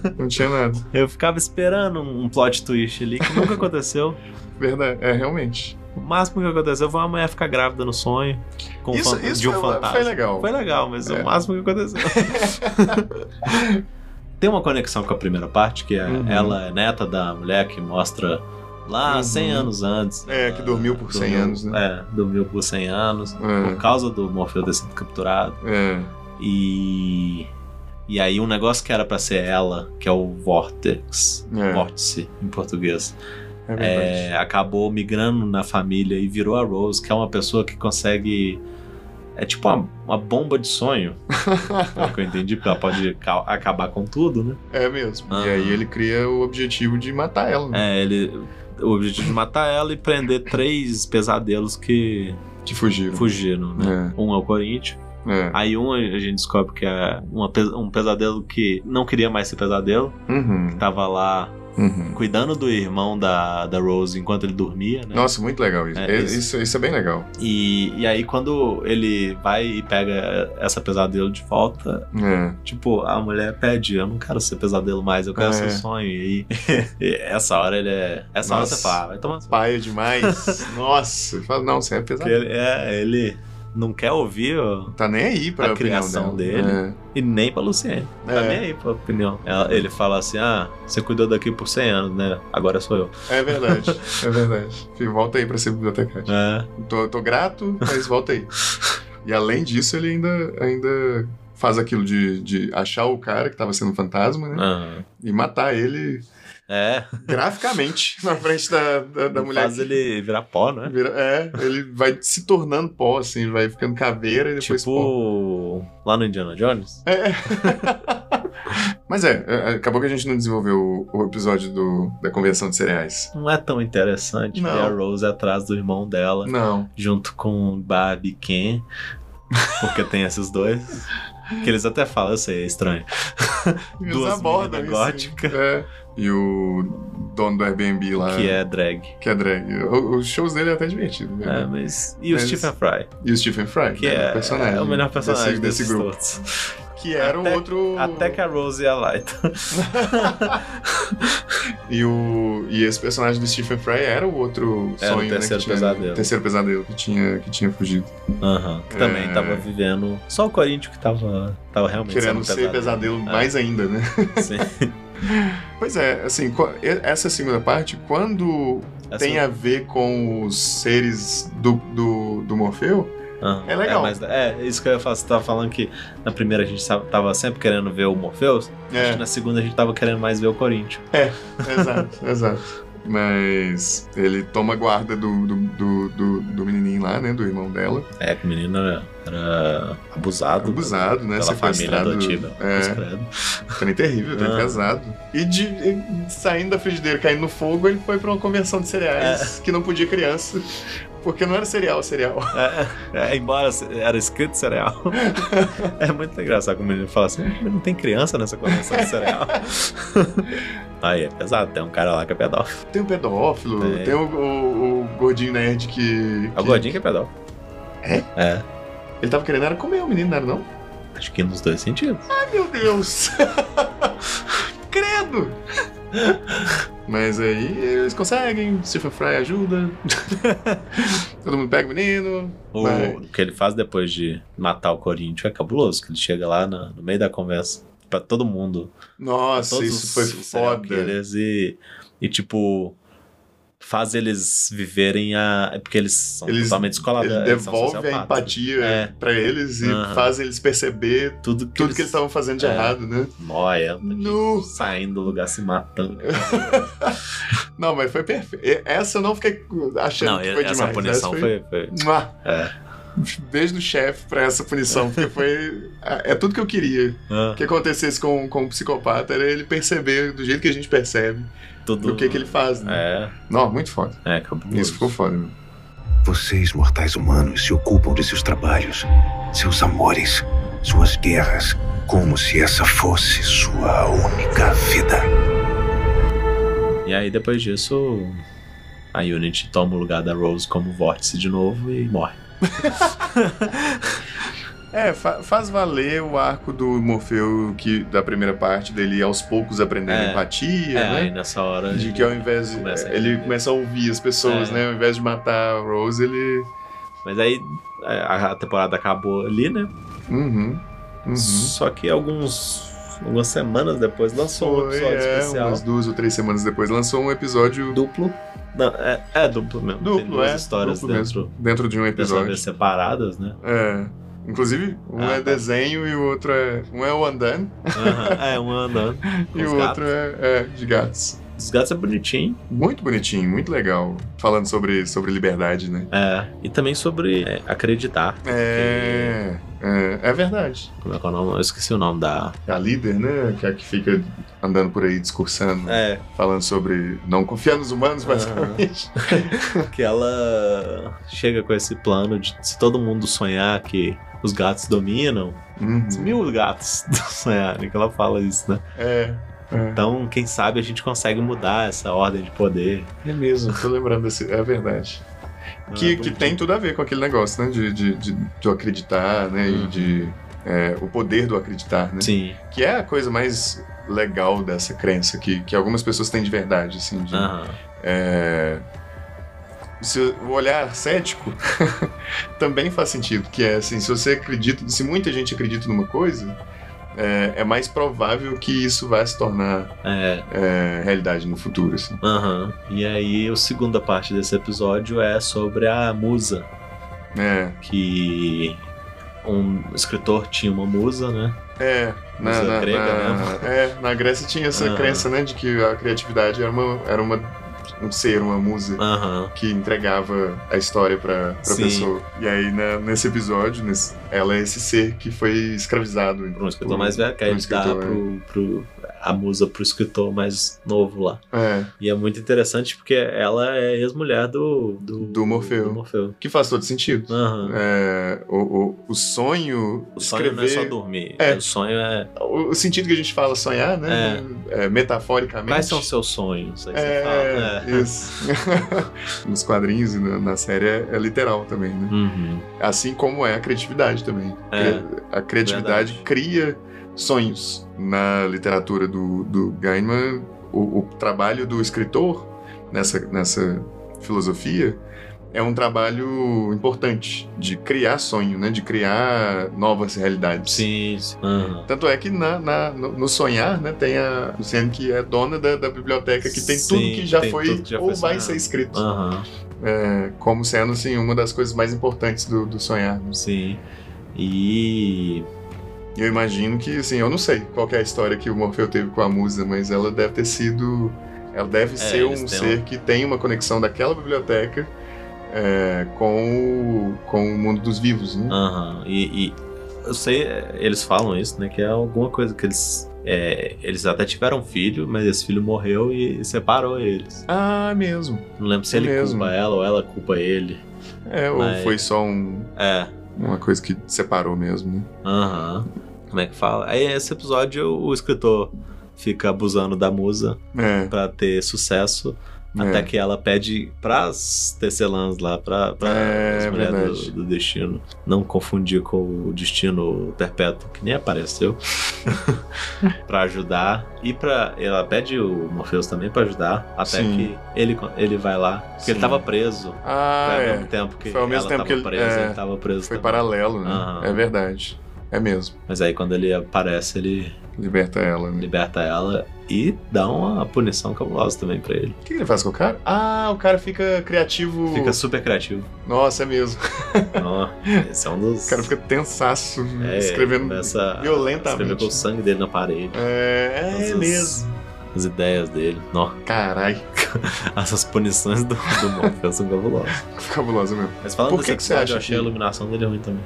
[SPEAKER 2] nada. Não tinha nada.
[SPEAKER 1] Eu ficava esperando um um plot twist ali que nunca [laughs] aconteceu.
[SPEAKER 2] Verdade, é realmente.
[SPEAKER 1] O máximo que aconteceu foi uma mulher ficar grávida no sonho com um
[SPEAKER 2] isso
[SPEAKER 1] fan-
[SPEAKER 2] isso
[SPEAKER 1] de um
[SPEAKER 2] foi,
[SPEAKER 1] fantasma.
[SPEAKER 2] foi legal.
[SPEAKER 1] Foi legal, mas é
[SPEAKER 2] É.
[SPEAKER 1] o máximo que
[SPEAKER 2] [laughs]
[SPEAKER 1] aconteceu. Tem uma conexão com a primeira parte, que é
[SPEAKER 2] Uhum.
[SPEAKER 1] ela é neta da mulher que mostra lá
[SPEAKER 2] Uhum.
[SPEAKER 1] 100 anos antes.
[SPEAKER 2] É,
[SPEAKER 1] Ela
[SPEAKER 2] que dormiu por 100 anos, né?
[SPEAKER 1] É, dormiu por 100 anos, por
[SPEAKER 2] É,
[SPEAKER 1] causa do Morfeu ter sido capturado.
[SPEAKER 2] é.
[SPEAKER 1] E. E aí, um negócio que era pra ser ela, que é o Vortex,
[SPEAKER 2] É.
[SPEAKER 1] Vórtice em português,
[SPEAKER 2] É
[SPEAKER 1] é,
[SPEAKER 2] verdade.
[SPEAKER 1] acabou migrando na família e virou a Rose, que é uma pessoa que consegue. É tipo uma, uma bomba de sonho. pelo que eu entendi, porque ela pode ca- acabar com tudo, né?
[SPEAKER 2] É mesmo. E
[SPEAKER 1] Aham.
[SPEAKER 2] aí ele cria o objetivo de matar ela, né?
[SPEAKER 1] É, ele. O objetivo de matar ela e prender três pesadelos que
[SPEAKER 2] Que fugiram.
[SPEAKER 1] fugiram, né? Um é o Corinthians.
[SPEAKER 2] É.
[SPEAKER 1] Aí um a gente descobre que é uma pes- um pesadelo que não queria mais ser pesadelo.
[SPEAKER 2] Uhum,
[SPEAKER 1] Tava lá
[SPEAKER 2] uhum.
[SPEAKER 1] cuidando do irmão da, da Rose enquanto ele dormia, né?
[SPEAKER 2] Nossa, muito legal isso.
[SPEAKER 1] É,
[SPEAKER 2] É,
[SPEAKER 1] isso.
[SPEAKER 2] isso. Isso é bem legal.
[SPEAKER 1] E, e aí quando ele vai e pega essa pesadelo de volta,
[SPEAKER 2] É.
[SPEAKER 1] tipo, a mulher pede, eu não quero ser pesadelo mais, eu quero
[SPEAKER 2] É.
[SPEAKER 1] ser sonho. E aí, [laughs] e essa hora ele é... Essa hora
[SPEAKER 2] Nossa.
[SPEAKER 1] você fala, vai tomar... seu
[SPEAKER 2] Paia demais.
[SPEAKER 1] [laughs]
[SPEAKER 2] Nossa. Fala, não, você é
[SPEAKER 1] Porque
[SPEAKER 2] pesado.
[SPEAKER 1] ele, é, ele não quer ouvir ó,
[SPEAKER 2] Tá nem aí pra
[SPEAKER 1] A
[SPEAKER 2] opinião
[SPEAKER 1] criação
[SPEAKER 2] dela.
[SPEAKER 1] e nem pra Luciene.
[SPEAKER 2] É.
[SPEAKER 1] Tá
[SPEAKER 2] É.
[SPEAKER 1] nem aí pra opinião. Ela- ele fala assim: ah, você cuidou daqui por 100 anos, né? Agora sou eu.
[SPEAKER 2] é verdade. É verdade. Fih, Volta aí pra ser bibliotecário.
[SPEAKER 1] É,
[SPEAKER 2] Tô, tô grato, mas volta aí. E além disso, ele ainda, ainda faz aquilo de, de achar o cara que tava sendo fantasma, né?
[SPEAKER 1] Ah,
[SPEAKER 2] E matar ele
[SPEAKER 1] é,
[SPEAKER 2] graficamente [laughs] na frente da, da, da mulher.
[SPEAKER 1] faz ele virar pó, né?
[SPEAKER 2] Vira- é, ele vai se tornando pó, assim, vai ficando caveira e depois pó.
[SPEAKER 1] Tipo lá no Indiana Jones.
[SPEAKER 2] É. Mas é, é, acabou que a gente não desenvolveu o, o episódio do, da convenção de cereais.
[SPEAKER 1] Não é tão interessante
[SPEAKER 2] Não.
[SPEAKER 1] ver a Rose atrás do irmão dela,
[SPEAKER 2] Não.
[SPEAKER 1] junto com Barbie e Ken, porque tem esses dois. Que eles até falam, eu sei, é estranho.
[SPEAKER 2] Eles
[SPEAKER 1] Duas
[SPEAKER 2] abordam
[SPEAKER 1] meninas
[SPEAKER 2] isso.
[SPEAKER 1] góticas.
[SPEAKER 2] É. E o dono do Airbnb lá,
[SPEAKER 1] Que é drag.
[SPEAKER 2] que é drag. O- os shows dele é até divertido.
[SPEAKER 1] É,
[SPEAKER 2] né?
[SPEAKER 1] mas... E o
[SPEAKER 2] Mas-
[SPEAKER 1] Stephen Fry,
[SPEAKER 2] E o Stephen Fry,
[SPEAKER 1] que
[SPEAKER 2] né,
[SPEAKER 1] é,
[SPEAKER 2] o personagem.
[SPEAKER 1] é o melhor personagem desse,
[SPEAKER 2] desse, desse grupo.
[SPEAKER 1] Todos.
[SPEAKER 2] Que era o
[SPEAKER 1] Até-
[SPEAKER 2] outro.
[SPEAKER 1] Até que a Rose é a Light.
[SPEAKER 2] E, o, e esse personagem do Stephen Fry era o outro
[SPEAKER 1] Era o
[SPEAKER 2] sonho, né,
[SPEAKER 1] terceiro
[SPEAKER 2] que tinha,
[SPEAKER 1] pesadelo.
[SPEAKER 2] terceiro pesadelo que tinha, que tinha fugido.
[SPEAKER 1] Aham, que também
[SPEAKER 2] É.
[SPEAKER 1] tava vivendo. Só o Corinthians que tava, tava realmente
[SPEAKER 2] Querendo
[SPEAKER 1] sendo
[SPEAKER 2] ser pesadelo mais ainda, né? [laughs]
[SPEAKER 1] É, sim.
[SPEAKER 2] Pois é, assim, co- e- essa segunda parte, quando
[SPEAKER 1] Essa-
[SPEAKER 2] tem a ver com os seres do, do, do Morfeu,
[SPEAKER 1] Aham,
[SPEAKER 2] É legal.
[SPEAKER 1] É, mais- é, isso que eu ia falar. Você tava falando que na primeira a gente sa- tava sempre querendo ver o Morpheus, acho que
[SPEAKER 2] é,
[SPEAKER 1] na segunda a gente tava querendo mais ver o Corinthians.
[SPEAKER 2] [laughs] exato, exato. Mas ele toma guarda do, do, do, do, do menininho lá, né, do irmão dela.
[SPEAKER 1] É, que o menino era- era abusado.
[SPEAKER 2] Abusado, né,
[SPEAKER 1] Pela família
[SPEAKER 2] sequestrado,
[SPEAKER 1] adotiva.
[SPEAKER 2] é.
[SPEAKER 1] Os credo.
[SPEAKER 2] Também terrível, também
[SPEAKER 1] Ah.
[SPEAKER 2] pesado. E de, e saindo da frigideira, caindo no fogo, ele foi pra uma convenção de cereais que não podia criança. Porque não era cereal, cereal. [laughs]
[SPEAKER 1] É, é, é, embora se- era escrito cereal. é muito engraçado como o menino fala assim: mas não tem criança nessa convenção de
[SPEAKER 2] [laughs]
[SPEAKER 1] cereal. Aí é pesado, tem um cara lá que é pedófilo.
[SPEAKER 2] Tem o pedófilo,
[SPEAKER 1] Tem.
[SPEAKER 2] tem o, o- o gordinho nerd que.
[SPEAKER 1] É o
[SPEAKER 2] que-
[SPEAKER 1] gordinho que é pedófilo.
[SPEAKER 2] É?
[SPEAKER 1] É.
[SPEAKER 2] Ele tava querendo era comer o menino, não era não?
[SPEAKER 1] Acho que nos dois sentidos.
[SPEAKER 2] Ai meu
[SPEAKER 1] [laughs]
[SPEAKER 2] Deus! Credo! Mas aí eles conseguem, Stephen
[SPEAKER 1] [laughs]
[SPEAKER 2] Fry ajuda. Todo mundo pega o menino.
[SPEAKER 1] O,
[SPEAKER 2] Vai.
[SPEAKER 1] o que ele faz depois de matar o Corinthians é cabuloso, que ele chega lá na- no meio da conversa pra todo mundo. pra
[SPEAKER 2] Nossa,
[SPEAKER 1] todos
[SPEAKER 2] isso foi
[SPEAKER 1] os serial
[SPEAKER 2] foda.
[SPEAKER 1] killers E, e, tipo, faz eles viverem a. é Porque eles são
[SPEAKER 2] Eles-
[SPEAKER 1] totalmente descolados. é,
[SPEAKER 2] Ele
[SPEAKER 1] eles são
[SPEAKER 2] devolve a
[SPEAKER 1] sociopatas.
[SPEAKER 2] empatia
[SPEAKER 1] É.
[SPEAKER 2] pra eles e
[SPEAKER 1] Aham.
[SPEAKER 2] faz eles perceber
[SPEAKER 1] Tudo que
[SPEAKER 2] tudo
[SPEAKER 1] eles,
[SPEAKER 2] que eles estavam fazendo de
[SPEAKER 1] É.
[SPEAKER 2] errado, né?
[SPEAKER 1] Noia,
[SPEAKER 2] No.
[SPEAKER 1] saindo do lugar, se matando.
[SPEAKER 2] Não, mas foi perfeito. Essa eu não fiquei achando
[SPEAKER 1] Não,
[SPEAKER 2] que foi
[SPEAKER 1] essa
[SPEAKER 2] demais.
[SPEAKER 1] punição
[SPEAKER 2] essa
[SPEAKER 1] foi. foi-
[SPEAKER 2] Mua!
[SPEAKER 1] É.
[SPEAKER 2] Beijo do chefe pra essa punição, porque foi. É tudo que eu queria.
[SPEAKER 1] Ah,
[SPEAKER 2] que acontecesse com, com o psicopata era ele perceber do jeito que a gente percebe
[SPEAKER 1] tudo.
[SPEAKER 2] do que, que ele faz, né?
[SPEAKER 1] É,
[SPEAKER 2] Não, muito foda.
[SPEAKER 1] é, cabuloso.
[SPEAKER 2] Isso ficou foda, meu.
[SPEAKER 3] Vocês, mortais humanos, se ocupam de seus trabalhos, seus amores, suas guerras, como se essa fosse sua única vida.
[SPEAKER 1] E aí depois disso, a Unity toma o lugar da Rose como vórtice de novo e morre.
[SPEAKER 2] É, fa- faz valer o arco do Morfeu que, da primeira parte dele aos poucos aprendendo
[SPEAKER 1] É.
[SPEAKER 2] empatia,
[SPEAKER 1] é, aí
[SPEAKER 2] né?
[SPEAKER 1] nessa hora.
[SPEAKER 2] De que ao invés de.
[SPEAKER 1] começa a
[SPEAKER 2] ele
[SPEAKER 1] entender.
[SPEAKER 2] começa a ouvir as pessoas,
[SPEAKER 1] É.
[SPEAKER 2] né? Ao invés de matar a Rose, ele.
[SPEAKER 1] Mas aí é, a a temporada acabou ali, né?
[SPEAKER 2] Uhum. Uhum.
[SPEAKER 1] Só que alguns. algumas semanas depois lançou um
[SPEAKER 2] Foi,
[SPEAKER 1] episódio
[SPEAKER 2] é,
[SPEAKER 1] especial.
[SPEAKER 2] umas duas ou três semanas depois lançou um episódio
[SPEAKER 1] Duplo. Não, é, é duplo mesmo.
[SPEAKER 2] Duplo,
[SPEAKER 1] Tem duas
[SPEAKER 2] é,
[SPEAKER 1] histórias
[SPEAKER 2] duplo
[SPEAKER 1] dentro.
[SPEAKER 2] dentro de um
[SPEAKER 1] Dessa
[SPEAKER 2] episódio.
[SPEAKER 1] vez separadas, né?
[SPEAKER 2] [laughs] É. Inclusive, um
[SPEAKER 1] Ah,
[SPEAKER 2] é
[SPEAKER 1] tá.
[SPEAKER 2] desenho e o outro é. Um é o andando
[SPEAKER 1] Aham, É, um andando. com
[SPEAKER 2] e
[SPEAKER 1] os
[SPEAKER 2] o
[SPEAKER 1] gatos.
[SPEAKER 2] outro é, é de gatos.
[SPEAKER 1] Os gatos é bonitinho.
[SPEAKER 2] Muito bonitinho, muito legal. Falando sobre, sobre liberdade, né?
[SPEAKER 1] É. E também sobre é, acreditar.
[SPEAKER 2] É, é. É verdade.
[SPEAKER 1] Como é que é o nome? Eu esqueci o nome da.
[SPEAKER 2] A líder, né? Que é a que fica andando por aí discursando,
[SPEAKER 1] É,
[SPEAKER 2] falando sobre não confiar nos humanos, basicamente.
[SPEAKER 1] que ela chega com esse plano de se todo mundo sonhar que os gatos dominam,
[SPEAKER 2] Uhum.
[SPEAKER 1] se mil gatos [laughs] sonharem, que ela fala isso, né?
[SPEAKER 2] É. É.
[SPEAKER 1] Então, quem sabe a gente consegue mudar essa ordem de poder.
[SPEAKER 2] é mesmo, tô lembrando desse. É verdade.
[SPEAKER 1] Ah,
[SPEAKER 2] Que, que tem tudo a ver com aquele negócio, né? De, de, de, de eu acreditar, né? E
[SPEAKER 1] Uhum.
[SPEAKER 2] de. é, o poder do acreditar, né?
[SPEAKER 1] Sim.
[SPEAKER 2] Que é a coisa mais legal dessa crença que, que algumas pessoas têm de verdade, assim. De,
[SPEAKER 1] Aham.
[SPEAKER 2] é, se o olhar cético [laughs] também faz sentido, que é assim, se você acredita, se muita gente acredita numa coisa, é, é mais provável que isso vai se tornar
[SPEAKER 1] É.
[SPEAKER 2] é, realidade no futuro, assim.
[SPEAKER 1] Aham. E aí, a segunda parte desse episódio é sobre a musa,
[SPEAKER 2] É,
[SPEAKER 1] que um escritor tinha uma musa, né?
[SPEAKER 2] É, na,
[SPEAKER 1] Musa
[SPEAKER 2] na-
[SPEAKER 1] grega,
[SPEAKER 2] na- é, na Grécia tinha essa
[SPEAKER 1] Ah.
[SPEAKER 2] crença, né, de que a criatividade era uma, era uma um ser, uma musa.
[SPEAKER 1] Aham.
[SPEAKER 2] que entregava a história pra, pra
[SPEAKER 1] Sim.
[SPEAKER 2] pessoa. E aí, na- nesse episódio, nesse- ela é esse ser que foi escravizado.
[SPEAKER 1] Pra um escritor
[SPEAKER 2] Pro-
[SPEAKER 1] mais velho, que aí
[SPEAKER 2] pro
[SPEAKER 1] ele dá
[SPEAKER 2] escritor,
[SPEAKER 1] pro, pro, a musa pro escritor mais novo lá.
[SPEAKER 2] É,
[SPEAKER 1] E é muito interessante porque ela é ex-mulher do, do.
[SPEAKER 2] Do Morfeu.
[SPEAKER 1] Do Morfeu.
[SPEAKER 2] que faz todo sentido.
[SPEAKER 1] Aham.
[SPEAKER 2] É, o, o, o sonho,
[SPEAKER 1] O sonho não é
[SPEAKER 2] escrever...
[SPEAKER 1] só dormir.
[SPEAKER 2] É.
[SPEAKER 1] O sonho é.
[SPEAKER 2] o, o sentido que a gente fala sonhar, né? é, metaforicamente.
[SPEAKER 1] Quais são os seus sonhos? Aí você
[SPEAKER 2] É,
[SPEAKER 1] fala. É.
[SPEAKER 2] isso.
[SPEAKER 1] [laughs]
[SPEAKER 2] Nos quadrinhos e na, na série é, é literal também, né?
[SPEAKER 1] Uhum.
[SPEAKER 2] Assim como é a criatividade também.
[SPEAKER 1] É,
[SPEAKER 2] a criatividade
[SPEAKER 1] verdade.
[SPEAKER 2] cria sonhos. Na literatura do, do Gaiman, o, o trabalho do escritor nessa, nessa filosofia é um trabalho importante de criar sonho, né? de criar novas realidades.
[SPEAKER 1] Sim, sim. Aham.
[SPEAKER 2] Tanto é que na, na- no, no Sonhar, né, tem a Luciane que é dona da, da biblioteca, que tem tudo
[SPEAKER 1] Sim,
[SPEAKER 2] que já
[SPEAKER 1] tem
[SPEAKER 2] foi
[SPEAKER 1] tudo que já foi
[SPEAKER 2] ou vai
[SPEAKER 1] sonhado. Ah.
[SPEAKER 2] ser escrito.
[SPEAKER 1] Aham.
[SPEAKER 2] É, como sendo, assim, uma das coisas mais importantes do, do Sonhar. né.
[SPEAKER 1] Sim. E.
[SPEAKER 2] E Eu imagino que, assim, eu não sei qual que é a história que o Morfeu teve com a musa, mas ela deve ter sido. Ela deve ser
[SPEAKER 1] É, eles
[SPEAKER 2] um
[SPEAKER 1] têm
[SPEAKER 2] ser que tem uma conexão daquela biblioteca é, com, o, com o mundo dos vivos, né?
[SPEAKER 1] Aham. E, e eu sei, é, eles falam isso, né? Que é alguma coisa que eles. é, eles até tiveram um filho, mas esse filho morreu e separou eles.
[SPEAKER 2] Ah, mesmo.
[SPEAKER 1] Não lembro se ele
[SPEAKER 2] É Mesmo.
[SPEAKER 1] culpa ela ou ela culpa ele.
[SPEAKER 2] É, ou
[SPEAKER 1] Mas-
[SPEAKER 2] foi só um-
[SPEAKER 1] É.
[SPEAKER 2] uma coisa que separou mesmo, né?
[SPEAKER 1] Aham. Como é que fala? Aí esse episódio o escritor fica abusando da musa
[SPEAKER 2] É.
[SPEAKER 1] pra ter sucesso. Até
[SPEAKER 2] é.
[SPEAKER 1] que ela pede pras tecelãs lá, pra, pra
[SPEAKER 2] É,
[SPEAKER 1] as mulheres
[SPEAKER 2] verdade.
[SPEAKER 1] do, do destino. Não confundir com o destino perpétuo, que nem apareceu. [laughs] pra ajudar. E pra. Ela pede o Morpheus também pra ajudar. Até
[SPEAKER 2] Sim.
[SPEAKER 1] que ele, ele vai lá. Porque ele
[SPEAKER 2] Sim.
[SPEAKER 1] tava preso.
[SPEAKER 2] Ah,
[SPEAKER 1] foi ao
[SPEAKER 2] é.
[SPEAKER 1] mesmo tempo que
[SPEAKER 2] Foi ao mesmo
[SPEAKER 1] ela
[SPEAKER 2] tempo
[SPEAKER 1] tava
[SPEAKER 2] que ele-
[SPEAKER 1] presa,
[SPEAKER 2] é.
[SPEAKER 1] ele tava preso.
[SPEAKER 2] Foi
[SPEAKER 1] também.
[SPEAKER 2] paralelo, né?
[SPEAKER 1] Aham.
[SPEAKER 2] É verdade. É mesmo.
[SPEAKER 1] Mas aí quando ele aparece, ele
[SPEAKER 2] Liberta ela, né?
[SPEAKER 1] liberta ela e dá uma punição cabulosa também pra ele.
[SPEAKER 2] O que que ele faz com o cara? Ah, o cara fica criativo.
[SPEAKER 1] Fica super criativo.
[SPEAKER 2] Nossa, é mesmo.
[SPEAKER 1] Ó, esse é um dos.
[SPEAKER 2] O cara fica tensaço
[SPEAKER 1] é,
[SPEAKER 2] escrevendo.
[SPEAKER 1] começa a
[SPEAKER 2] violentamente.
[SPEAKER 1] Escrever com o sangue dele na parede.
[SPEAKER 2] É, é
[SPEAKER 1] Todas as-
[SPEAKER 2] mesmo.
[SPEAKER 1] As ideias dele. Nó,
[SPEAKER 2] Carai, [laughs]
[SPEAKER 1] essas punições do, do Morpheus são cabulosas.
[SPEAKER 2] cabuloso mesmo.
[SPEAKER 1] Mas falando
[SPEAKER 2] Por que
[SPEAKER 1] desse
[SPEAKER 2] que você
[SPEAKER 1] episódio,
[SPEAKER 2] acha
[SPEAKER 1] eu achei
[SPEAKER 2] que-
[SPEAKER 1] a iluminação dele ruim também.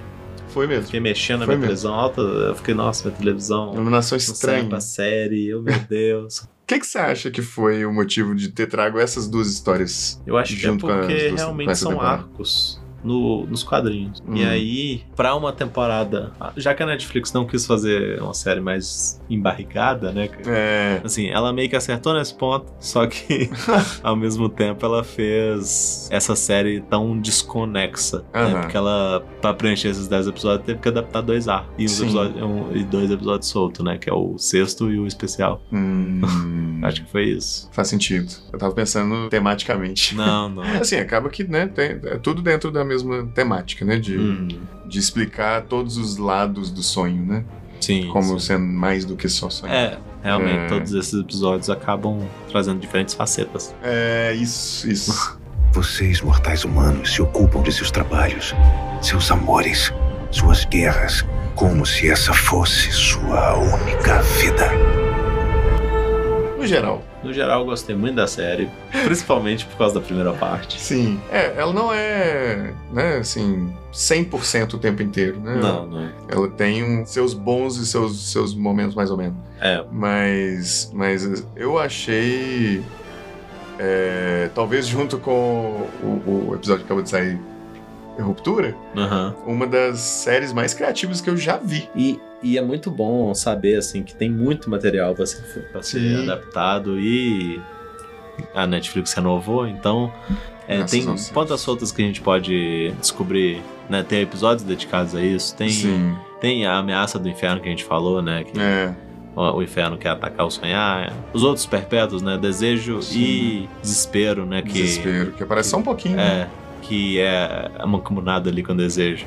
[SPEAKER 2] Foi mesmo.
[SPEAKER 1] Fiquei mexendo na
[SPEAKER 2] Foi
[SPEAKER 1] minha
[SPEAKER 2] mesmo.
[SPEAKER 1] televisão alta, eu fiquei, nossa, minha televisão. não
[SPEAKER 2] Iluminação
[SPEAKER 1] serve
[SPEAKER 2] estranha.
[SPEAKER 1] pra série, eu, meu Deus.
[SPEAKER 2] O que, que você acha que foi o motivo de ter trago essas duas histórias?
[SPEAKER 1] Eu acho que é
[SPEAKER 2] Junto com as
[SPEAKER 1] porque
[SPEAKER 2] duas- com
[SPEAKER 1] realmente
[SPEAKER 2] essa
[SPEAKER 1] são
[SPEAKER 2] temporada.
[SPEAKER 1] arcos no- nos quadrinhos. E
[SPEAKER 2] Hum.
[SPEAKER 1] aí, pra uma temporada, já que a Netflix não quis fazer uma série mais embarrigada, né? que-
[SPEAKER 2] É.
[SPEAKER 1] Assim, ela meio que acertou nesse ponto, só que [laughs] ao mesmo tempo ela fez essa série tão desconexa. Né?
[SPEAKER 2] Aham.
[SPEAKER 1] Porque ela, pra preencher esses 10 episódios, teve que adaptar dois ar e, uns
[SPEAKER 2] Sim.
[SPEAKER 1] episódios- um- e dois episódios soltos, né? Que é o sexto e o especial.
[SPEAKER 2] Hum,
[SPEAKER 1] [laughs] Acho que foi isso.
[SPEAKER 2] faz sentido. Eu tava pensando tematicamente.
[SPEAKER 1] Não,
[SPEAKER 2] [laughs]
[SPEAKER 1] não.
[SPEAKER 2] Assim, acaba que, né, tem, é tudo dentro da mesma temática, né? De,
[SPEAKER 1] Hum,
[SPEAKER 2] de explicar todos os lados do sonho, né?
[SPEAKER 1] sim.
[SPEAKER 2] Como
[SPEAKER 1] sim.
[SPEAKER 2] sendo mais do que só sonho.
[SPEAKER 1] É, realmente,
[SPEAKER 2] É.
[SPEAKER 1] todos esses episódios acabam trazendo diferentes facetas.
[SPEAKER 2] É,
[SPEAKER 1] [laughs]
[SPEAKER 2] isso, isso.
[SPEAKER 3] Vocês, mortais humanos, se ocupam de seus trabalhos, seus amores, suas guerras, como se essa fosse sua única vida.
[SPEAKER 2] No geral,
[SPEAKER 1] No geral, eu gostei muito da série, principalmente por causa da primeira parte.
[SPEAKER 2] Sim. É, ela não é, né, assim, 100% o tempo inteiro, né?
[SPEAKER 1] Não, não.
[SPEAKER 2] Ela tem um- seus bons e seus, seus momentos, mais ou menos.
[SPEAKER 1] É,
[SPEAKER 2] Mas, mas eu achei, é, talvez junto com o, o episódio que acabou de sair, Ruptura,
[SPEAKER 1] aham.
[SPEAKER 2] uma das séries mais criativas que eu já vi.
[SPEAKER 1] E, e é muito bom saber assim que tem muito material pra ser, pra ser
[SPEAKER 2] Sim.
[SPEAKER 1] adaptado e a Netflix renovou, então é,
[SPEAKER 2] Graças
[SPEAKER 1] tem
[SPEAKER 2] ao céu.
[SPEAKER 1] pontas soltas que a gente pode descobrir, né? Tem episódios dedicados a isso, tem, tem a ameaça do inferno que a gente falou, né? Que
[SPEAKER 2] É,
[SPEAKER 1] o, o inferno quer atacar o sonhar, os outros perpétuos, né? Desejo
[SPEAKER 2] Sim.
[SPEAKER 1] e desespero,
[SPEAKER 2] É,
[SPEAKER 1] né? Que
[SPEAKER 2] desespero, que aparece só um pouquinho. né? [laughs]
[SPEAKER 1] é que é mancomunado ali com o desejo.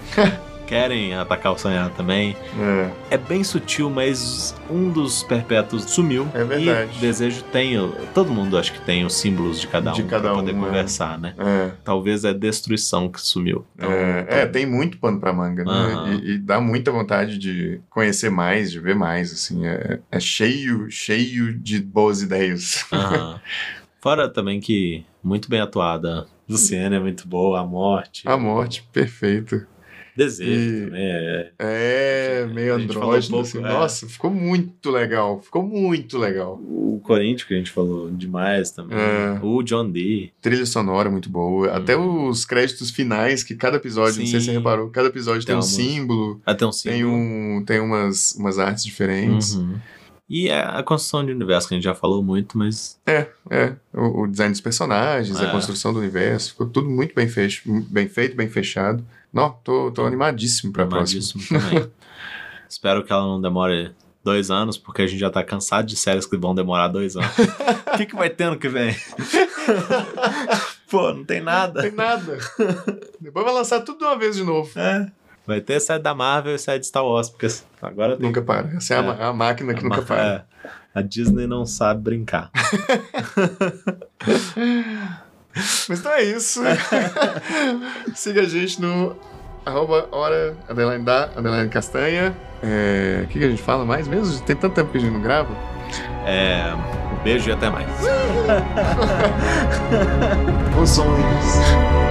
[SPEAKER 1] querem atacar o Sanhar também.
[SPEAKER 2] É.
[SPEAKER 1] É bem sutil, mas um dos perpétuos sumiu.
[SPEAKER 2] É verdade.
[SPEAKER 1] E desejo tem. o- Todo mundo acho que tem os símbolos de cada um
[SPEAKER 2] De cada
[SPEAKER 1] pra poder
[SPEAKER 2] um, é.
[SPEAKER 1] conversar, né?
[SPEAKER 2] É,
[SPEAKER 1] Talvez é destruição que sumiu. Então,
[SPEAKER 2] é, é, tem muito pano pra manga, né?
[SPEAKER 1] Aham.
[SPEAKER 2] E, e dá muita vontade de conhecer mais, de ver mais, assim. É, é cheio, cheio de boas ideias.
[SPEAKER 1] Aham. Fora também que muito bem atuada. Luciana é muito boa, a morte.
[SPEAKER 2] A morte, perfeito.
[SPEAKER 1] Desejo
[SPEAKER 2] E-
[SPEAKER 1] também. É,
[SPEAKER 2] É, meio
[SPEAKER 1] A gente falou um
[SPEAKER 2] andrógeno,
[SPEAKER 1] pouco,
[SPEAKER 2] assim.
[SPEAKER 1] é.
[SPEAKER 2] Nossa, ficou muito legal. Ficou muito legal.
[SPEAKER 1] o Corinthians que a gente falou demais também.
[SPEAKER 2] É.
[SPEAKER 1] O John Dee.
[SPEAKER 2] Trilha sonora muito boa. Até os créditos finais, que cada episódio, não sei se
[SPEAKER 1] Hum. Sim.
[SPEAKER 2] você reparou, cada episódio
[SPEAKER 1] Tem
[SPEAKER 2] tem, um
[SPEAKER 1] uma música.
[SPEAKER 2] símbolo,
[SPEAKER 1] Até um símbolo.
[SPEAKER 2] tem, um, tem umas, umas artes diferentes.
[SPEAKER 1] Uhum. E a a construção de universo, que a gente já falou muito, mas
[SPEAKER 2] É, o, o design dos personagens,
[SPEAKER 1] É.
[SPEAKER 2] a construção do universo, ficou tudo muito bem, fecho, bem feito, bem fechado. Não, tô, tô animadíssimo pra próxima.
[SPEAKER 1] animadíssimo [laughs] também. Espero que ela não demore dois anos, porque a gente já tá cansado de séries que vão demorar dois anos. [laughs] O que, que vai ter ano que vem? [laughs] Pô, não tem
[SPEAKER 2] Não
[SPEAKER 1] nada.
[SPEAKER 2] tem
[SPEAKER 1] [laughs]
[SPEAKER 2] nada. Depois vai lançar tudo de uma vez de novo.
[SPEAKER 1] É. Vai ter série da Marvel e série de Star Wars, porque agora tem.
[SPEAKER 2] Nunca para. Essa é, A, ma- a máquina que nunca
[SPEAKER 1] Mas,
[SPEAKER 2] para.
[SPEAKER 1] é, A Disney não sabe brincar.
[SPEAKER 2] Mas então
[SPEAKER 1] [laughs]
[SPEAKER 2] é isso. Siga a gente no arroba hora underline da underline castanha. É, O que, que a gente fala mais mesmo? Tem tanto tempo que a gente não grava.
[SPEAKER 1] É, um beijo e até mais.
[SPEAKER 2] Bons sonhos.